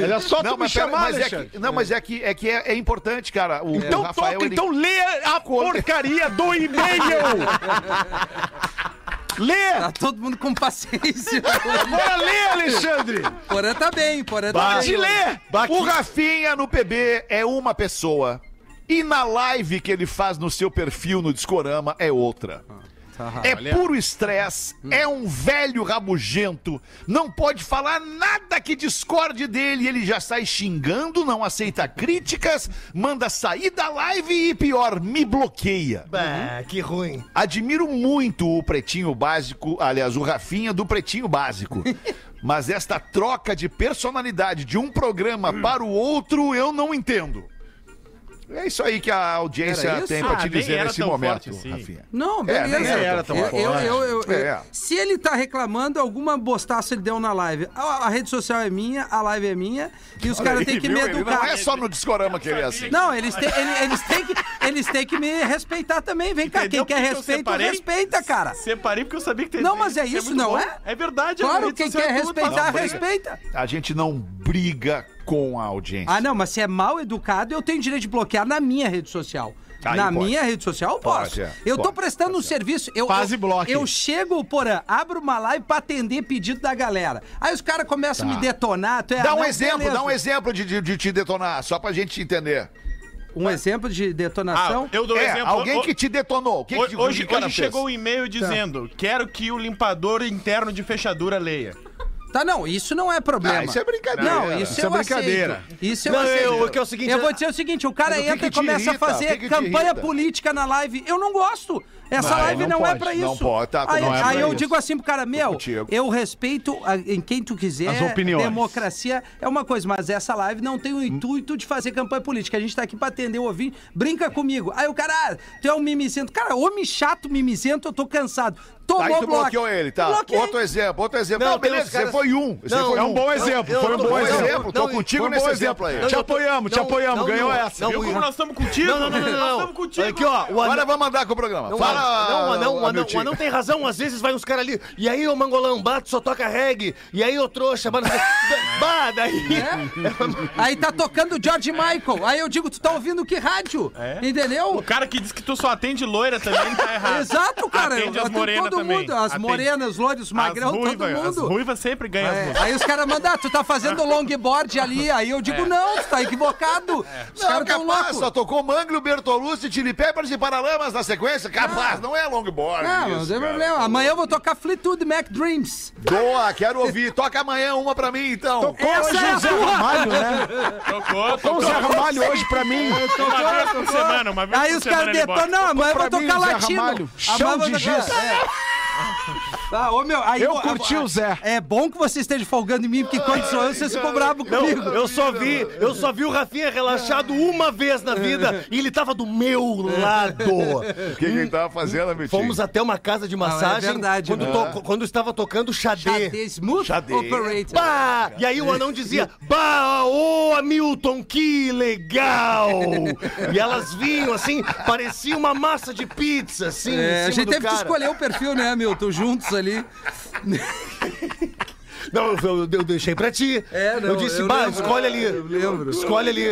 S6: Era só
S1: Não,
S6: tu me
S1: mas, pera-
S6: chamar,
S1: mas é
S6: Alexandre.
S1: que, não, mas é que é, que é, é importante, cara. O,
S6: Então
S1: o Rafael,
S6: toca,
S1: ele-
S6: então lê a porcaria do e-mail! lê!
S2: Tá todo mundo com paciência.
S6: Bora ler, Alexandre!
S2: Porã tá bem, Porã tá
S6: Pode
S2: bem.
S6: ler!
S1: O Rafinha no PB é uma pessoa. E na live que ele faz no seu perfil no Discorama é outra. É puro estresse, é um velho rabugento, não pode falar nada que discorde dele, ele já sai xingando, não aceita críticas, manda sair da live e pior, me bloqueia.
S4: Ah, que ruim.
S1: Admiro muito o Pretinho Básico, aliás, o Rafinha do Pretinho Básico. Mas esta troca de personalidade de um programa para o outro, eu não entendo. É isso aí que a
S2: Era
S1: audiência
S2: isso?
S1: tem para
S8: Ah,
S1: te
S8: nem
S1: dizer
S8: era
S1: nesse
S8: tão
S1: momento,
S8: forte assim.
S1: Rafinha.
S2: Não,
S1: É,
S2: beleza.
S1: nem
S6: era tão
S2: Eu-
S6: forte.
S2: eu- eu- eu- eu-
S1: É.
S2: Se ele tá reclamando, alguma bostaça ele deu na live. A, a rede social é minha, a live é minha, e os caras têm que me
S1: Ele não
S2: educar.
S1: é só no discorama que ele é assim.
S2: Ah, Não, eles têm, ele- eles, têm que, eles têm que me respeitar também. Vem cá,
S8: Entendeu
S2: quem quer
S8: por que eu
S2: respeito,
S8: separei?
S2: respeita, cara.
S8: Separei porque eu sabia que tem.
S2: Não, mas é isso,
S8: muito
S2: não
S8: bom.
S2: é?
S8: É verdade, a
S2: Claro,
S8: rede
S2: quem
S8: social
S2: quer
S8: é tudo,
S2: respeitar,
S8: mas-
S2: respeita.
S1: A gente não briga com a audiência.
S2: Ah, não, mas se é mal educado, eu tenho direito de bloquear na minha rede social.
S1: Aí
S2: na
S1: pode.
S2: minha rede social, eu
S1: Pode,
S2: posso.
S1: é,
S2: eu tô
S1: pode,
S2: prestando um serviço. Eu,
S6: Faz
S2: eu-
S6: e bloque.
S2: Eu chego, porã, abro uma live pra atender pedido da galera. Aí os caras começam a me detonar. tu é,
S1: Dá um
S2: não,
S1: exemplo,
S2: beleza.
S1: dá um exemplo de, de- de te detonar, só pra gente entender.
S2: Um exemplo de detonação.
S8: Ah, eu dou um
S1: é,
S8: exemplo.
S1: alguém
S8: O-
S1: que te detonou. O que que
S8: Hoje,
S1: te-
S8: hoje,
S1: o que o cara fez?
S8: chegou um e-mail dizendo: quero que o limpador interno de fechadura leia.
S2: Tá, não, isso não é problema.
S1: Ah, isso é brincadeira.
S2: Não, isso,
S6: Isso é
S2: eu
S6: brincadeira.
S2: aceito. Isso eu
S4: Não,
S2: aceito.
S4: eu- o que é o seguinte,
S2: Eu vou
S4: eu-
S2: dizer o seguinte, o cara
S1: Mas o que
S2: entra
S1: que
S2: e
S1: te
S2: começa a
S1: irrita? O
S2: fazer
S1: que que te
S2: campanha
S1: irrita?
S2: política na live. Eu não gosto. Essa
S1: Não,
S2: live não,
S1: não
S2: é
S1: pode,
S2: pra isso.
S1: não pode, tá,
S2: aí
S1: não é
S2: aí
S1: pra
S2: eu
S1: isso.
S2: digo assim pro cara, meu,
S1: contigo.
S2: eu respeito a- em quem tu quiser.
S6: As opiniões.
S2: Democracia é uma coisa, mas essa live não tem o intuito de fazer campanha política. A gente tá aqui pra atender o ouvinte. Brinca comigo. Aí o cara, ah, tu é um mimizento. Cara, homem chato, mimizento, eu tô cansado. Tomou
S1: Aí tu
S2: bloco.
S1: bloqueou ele, tá?
S2: Bloqueei.
S1: Outro exemplo, outro exemplo. Não,
S4: Não, tem
S1: beleza,
S4: uns caras-
S1: você foi um. Você
S4: Não,
S1: foi
S6: É um bom exemplo,
S4: eu-
S6: foi um
S4: eu-
S6: bom
S1: Bom
S4: não,
S6: exemplo.
S1: exemplo, tô
S4: não,
S1: contigo
S6: foi um
S1: nesse
S6: bom
S1: exemplo,
S6: exemplo.
S1: aí.
S6: Não, Te apoiamos, te apoiamos, ganhou essa.
S8: Viu como nós estamos contigo?
S4: Não, não, não, não, não,
S8: Nós
S4: não.
S8: estamos contigo.
S4: Aqui, ó, o
S1: Agora
S4: anão.
S1: vamos andar com o programa.
S4: Não,
S1: Fala,
S4: não, o anão, o anão,
S1: Hamilton.
S4: o anão tem razão. Às vezes vai uns caras ali. E aí, o mangolão, bato, só toca reggae. E aí, ô trouxa, mano. bah, daí.
S2: Aí tá tocando George Michael. Aí eu digo, tu tá ouvindo que rádio? Entendeu?
S8: É? O cara que diz que tu só atende loira também tá errado.
S2: Exato, cara.
S8: Atende as
S2: Atende
S8: morenas
S2: todo
S8: também.
S2: mundo. As
S8: Atende.
S2: morenas, os loiros, os magrão,
S8: As ruivas-
S2: todo
S8: As
S2: mundo.
S8: ruivas sempre ganham as
S2: É,
S8: músicas.
S2: Aí os caras mandam, ah, tu tá fazendo longboard ali. Aí eu
S8: É.
S2: digo, não, tu tá equivocado. Os
S1: Não,
S2: caras
S1: capaz,
S2: tão loucos.
S1: só tocou Manglio, Bertolucci, Chili Peppers e Paralamas na sequência. Capaz, não é longboard.
S2: Não, não
S1: isso,
S2: tem
S1: cara.
S2: problema. Amanhã eu vou tocar Fleetwood Mac Dreams.
S1: Doa, quero ouvir. Toca amanhã uma pra mim, então.
S4: assim,
S2: Essa é a tua.
S6: Ramalho, né?
S8: Tocou,
S6: Então, o
S8: tocou.
S6: Zé Ramalho hoje pra mim.
S4: tá
S8: Uma vez por semana, uma vez
S2: é? Aí
S8: por
S2: os
S8: semana
S2: caras
S8: ele bota.
S2: detonam, não, amanhã eu vou
S6: Pra mim,
S2: tocar
S6: Zé
S2: latino.
S6: Ramalho,
S2: Amanhã
S6: chão
S2: eu vou
S6: de
S2: tocar-
S6: giz.
S2: É. Tá, ô, meu, aí,
S6: Eu
S2: ó,
S6: curti
S2: ó,
S6: o Zé.
S2: É bom que você esteja folgando em mim, porque quando sou eu, você ficou bravo
S4: Não,
S2: comigo.
S4: eu só vi, eu só vi o Rafinha relaxado uma vez na
S2: É.
S4: vida e ele tava do meu lado.
S1: O que, que ele tava fazendo, Hamilton?
S4: Fomos até uma casa de massagem
S2: é verdade,
S4: quando,
S2: né?
S4: to- quando estava tocando xadê.
S2: Xadê, Smooth
S1: Xadê.
S2: Operator.
S4: Bah! E aí o anão dizia: Bah, ô Hamilton, que legal! E elas vinham assim, parecia uma massa de pizza, assim.
S2: É,
S4: em
S2: a
S4: cima
S2: gente
S4: do
S2: teve que
S4: cara.
S2: escolher o perfil, né, Milton? Juntos ali.
S4: Não, eu, eu deixei pra ti.
S2: É, não,
S4: eu disse:
S2: eu
S4: Bah,
S2: lembro.
S4: escolhe ali.
S2: Eu lembro.
S4: Escolhe ali.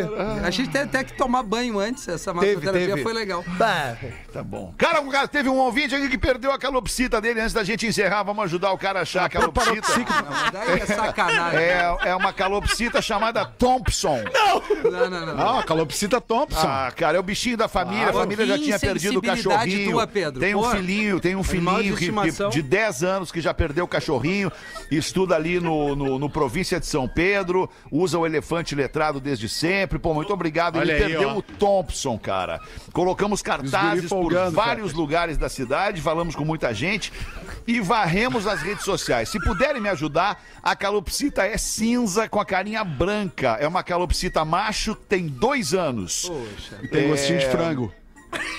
S2: A gente teve até que tomar banho antes, essa
S4: Teve,
S2: massoterapia
S4: teve.
S2: foi legal.
S4: Bah.
S1: Tá bom. Cara, um cara teve um ouvinte aqui que perdeu a calopsita dele antes da gente encerrar. Vamos ajudar o cara a achar a calopsita.
S2: Não, mas daí é sacanagem.
S1: É, é uma calopsita chamada Thompson.
S2: Não, não, não.
S6: Ah, calopsita Thompson.
S1: Ah, cara, é o bichinho da família. a
S2: Ah,
S1: família já
S2: que
S1: tinha perdido o
S2: insensibilidade
S1: cachorrinho.
S2: tua, Pedro.
S1: Tem um
S2: Pô.
S1: filhinho, tem um
S2: Animal de
S1: filhinho que- que-
S2: estimação.
S1: de 10 anos que já perdeu o cachorrinho, estuda ali no, no, no província de São Pedro, usa o elefante letrado desde sempre. Pô, muito obrigado.
S8: Olha
S1: Ele
S8: aí,
S1: perdeu
S8: ó.
S1: o Thompson, cara. Colocamos
S6: Os guri
S1: cartazes por
S6: folgando,
S1: vários lugares da cidade, falamos com muita gente e varremos as redes sociais. Se puderem me ajudar, a calopsita é cinza com a carinha branca. É uma calopsita macho, tem dois anos.
S6: Tem gostinho
S4: é.
S6: de frango.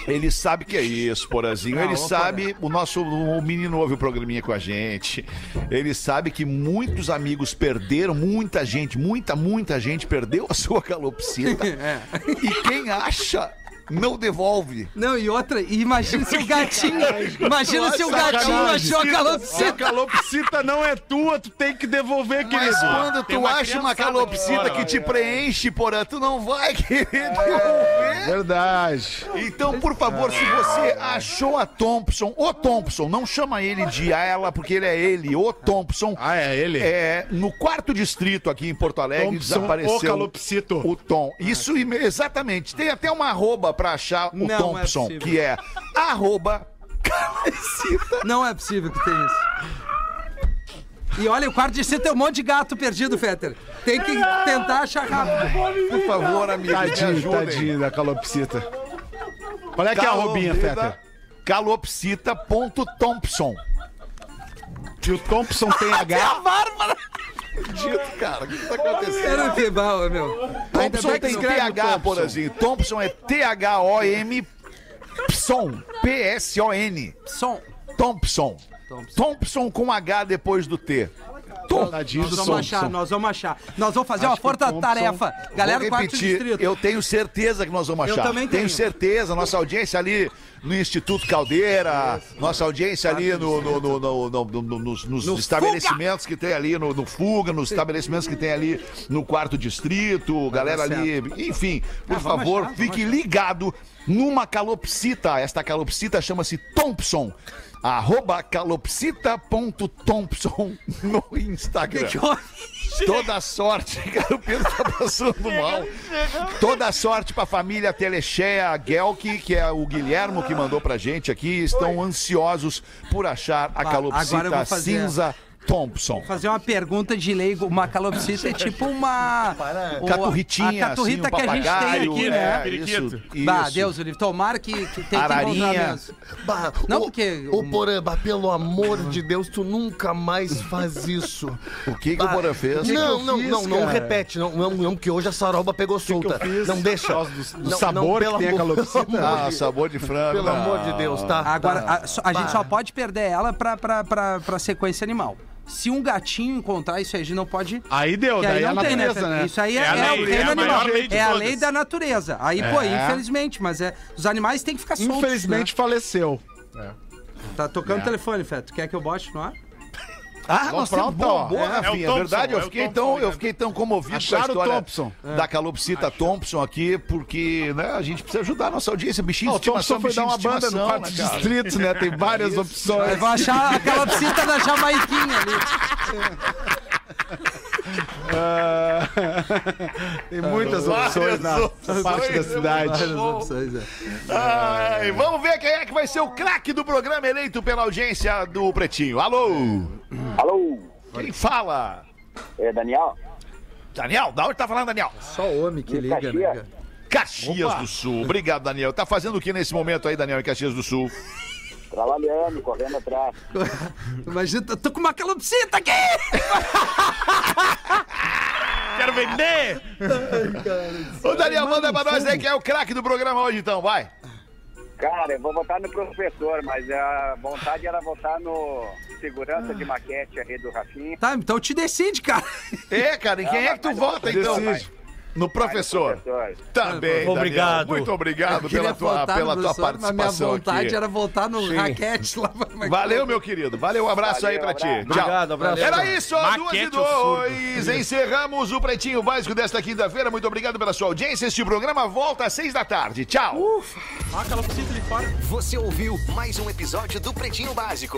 S1: Ele sabe que é isso, Porazinho. Ele sabe, o nosso o menino ouve o programinha com a gente. Ele sabe que muitos amigos perderam, muita gente, muita, muita gente perdeu a sua calopsita.
S2: É.
S1: E quem acha não devolve.
S2: Não, e outra, e imagina se o gatinho. imagina se o gatinho achou a
S6: A
S2: calopsita.
S6: calopsita não é tua, tu tem que devolver,
S1: Mas
S6: querido.
S1: quando
S8: tem
S1: tu
S8: uma
S1: acha uma
S8: criançada
S1: calopsita
S8: agora,
S1: que te
S8: olha.
S1: preenche, porã, tu não vai querer
S6: É.
S1: devolver.
S6: Verdade.
S1: Então, por favor, se você achou a Thompson, o Thompson, não chama ele de ela, porque ele é ele, o Thompson.
S6: Ah, é ele?
S1: É, no quarto distrito aqui em Porto Alegre
S6: Thompson,
S1: desapareceu
S6: o calopsito.
S1: o Tom. Isso e- exatamente. Tem até uma arroba pra achar o
S2: Não é
S1: Thompson,
S2: possível.
S1: que é arroba calopsita.
S2: Não é possível que tenha isso. E olha, o quarto de cita é um monte de gato perdido, Fetter. Tem que tentar achar rápido.
S1: Por favor, amigo, me
S6: Tadinho,
S1: ajudem.
S6: tadinho da calopsita. Qual é que é a robinha, Feta?
S1: Calopsita.thompson.
S6: E o Thompson tem H.
S1: Dito, cara, o que tá acontecendo?
S2: Era que mal, meu. Ainda
S1: Thompson
S2: bem que
S1: tem
S2: escreve
S1: TH, Porazinho. Thompson é T-H-O-M Pson. P-S-O-N.
S2: Som.
S1: Thompson. Thompson com H depois do T.
S6: Tadinho
S2: Nós
S6: do
S2: vamos achar,
S6: Thompson.
S2: nós vamos achar. Nós vamos fazer uma forta tarefa. Galera do
S1: Vou
S2: quarto
S1: repetir,
S2: distrito.
S1: eu tenho certeza que nós vamos
S2: Eu
S1: achar.
S2: também tenho.
S1: certeza, nossa audiência ali no Instituto Caldeira, nossa audiência ali no, no- no- no- no- no- no- nos, nos
S2: No
S1: estabelecimentos que tem ali, no, no Fuga, nos estabelecimentos que tem ali no quarto distrito, galera
S2: dar
S1: ali, enfim, por
S2: Ah, vamos
S1: favor,
S2: achar,
S1: fique ligado numa calopsita. Esta calopsita chama-se Thompson. Arroba calopsita.thompson no Instagram. Toda sorte, cara. O Pedro tá passando mal. Toda sorte pra família Telechea Gelk, que é o Guilhermo que mandou pra gente aqui. Estão ansiosos por achar a
S2: Bah, Ah, agora eu
S1: calopsita
S2: vou fazer-
S1: cinza Thompson.
S2: Fazer uma pergunta de leigo. Uma calopsita é tipo uma. uma-
S1: Caturritinha,
S2: A caturrita
S1: assim, um
S2: que a gente tem
S1: papagaio,
S2: aqui,
S1: é,
S2: né?
S1: Isso, isso.
S2: Bah, Deus, o livro. Tomara que, que tem que encontrar
S1: Ararinha.
S2: mesmo.
S4: Bah,
S2: Não,
S4: ô-
S2: porque-
S4: Ô, Poramba, pelo amor de Deus, tu nunca mais faz isso.
S1: O que, que o
S4: Bah,
S1: Porã fez?
S4: Não, não,
S6: fiz,
S4: não, não
S6: cara?
S4: repete. Não, não, não, que hoje a saroba pegou solta.
S6: fiz?
S4: Não deixa.
S6: Por causa do- do
S4: Não, não,
S6: sabor que
S4: pelo
S6: tem a
S4: amor-
S6: calopsita?
S4: pelo amor
S1: Ah,
S4: de-
S1: sabor de frango. Ah,
S4: Pelo amor de Deus, tá?
S2: Agora,
S4: tá.
S2: a, só- a gente só pode perder ela pra, pra, pra, pra sequência animal. Se um gatinho encontrar isso aí, a gente não pode.
S6: Aí deu,
S2: Que
S6: daí
S2: aí
S6: é
S2: não tem, né?
S6: natureza,
S2: Fernando?
S6: né?
S2: Isso aí é,
S8: É a
S2: é o
S8: lei,
S2: reino
S8: é a
S2: animal.
S8: maior lei de
S2: é a
S8: todas.
S2: lei da natureza. Aí, pô, infelizmente, mas é. Os animais têm que ficar soltos.
S6: Infelizmente faleceu.
S2: né? Tá tocando o telefone, Feto. Quer que eu bote no ar?
S1: Ah, nós temos
S6: pronto,
S1: boa,
S6: ó.
S1: boa,
S6: É,
S1: Rafinha. É,
S8: é o Thompson,
S1: verdade, eu
S8: é o
S1: fiquei,
S8: Thompson
S1: tão, eu
S8: ligando.
S1: fiquei tão comovido
S6: Acharam o
S1: com a história
S6: Thompson.
S1: da calopsita Thompson aqui, porque né, a gente precisa ajudar a nossa audiência. Bichinho de
S6: Ó, Ah, o
S1: estimação,
S6: Thompson foi dar
S1: bichinho
S6: uma
S1: de
S6: banda no
S1: estimação,
S6: quarto
S1: né, cara?
S6: distrito, né? Tem várias
S2: Eu
S6: opções.
S2: vou achar a calopsita da Jamaiquinha ali.
S6: Ah, Tem muitas opções na
S1: opções,
S6: parte da
S1: eu
S6: cidade.
S2: Várias opções, é.
S1: Ai, vamos ver quem é que vai ser o craque do programa eleito pela audiência do Pretinho. Alô?
S10: Alô,
S1: Quem fala?
S10: é Daniel?
S1: Daniel, da onde tá falando, Daniel?
S2: Só homem que liga, né?
S10: Caxias.
S2: cara?
S1: Caxias do Sul. Obrigado, Daniel. Tá fazendo o que nesse momento aí, Daniel, em Caxias do Sul?
S10: Trabalhando, correndo atrás.
S2: Imagina, eu tô com uma calopsita aqui!
S8: Quero vender!
S1: Ô, Daniel, manda pra nós aí quem é o craque do programa hoje, então, vai.
S10: Cara, eu vou votar no professor, mas a vontade era votar no segurança de maquete aí do Rafinha.
S2: Tá, então te decide, cara.
S1: É, cara, e quem é que tu vota, então?
S6: Decide.
S1: No professor.
S10: Professor.
S1: Também, Daniel.
S7: Obrigado.
S1: Muito
S2: Eu
S1: obrigado
S2: queria
S1: Ah, pela tua,
S2: votar no
S1: pela tua
S2: professor,
S1: participação
S2: Mas minha vontade é
S1: aqui.
S2: era voltar no raquete lá. mas-
S1: Valeu, meu querido. Valeu, um abraço aí pra
S10: Valeu,
S1: ti.
S10: abraço.
S1: Tchau.
S7: Obrigado, abraço.
S1: Era isso, ó, duas e
S8: Maquete o
S1: dois. Encerramos o Pretinho Básico desta quinta-feira. Muito obrigado pela sua audiência. Este programa volta às seis da tarde. Tchau.
S3: Você ouviu mais um episódio do Pretinho Básico.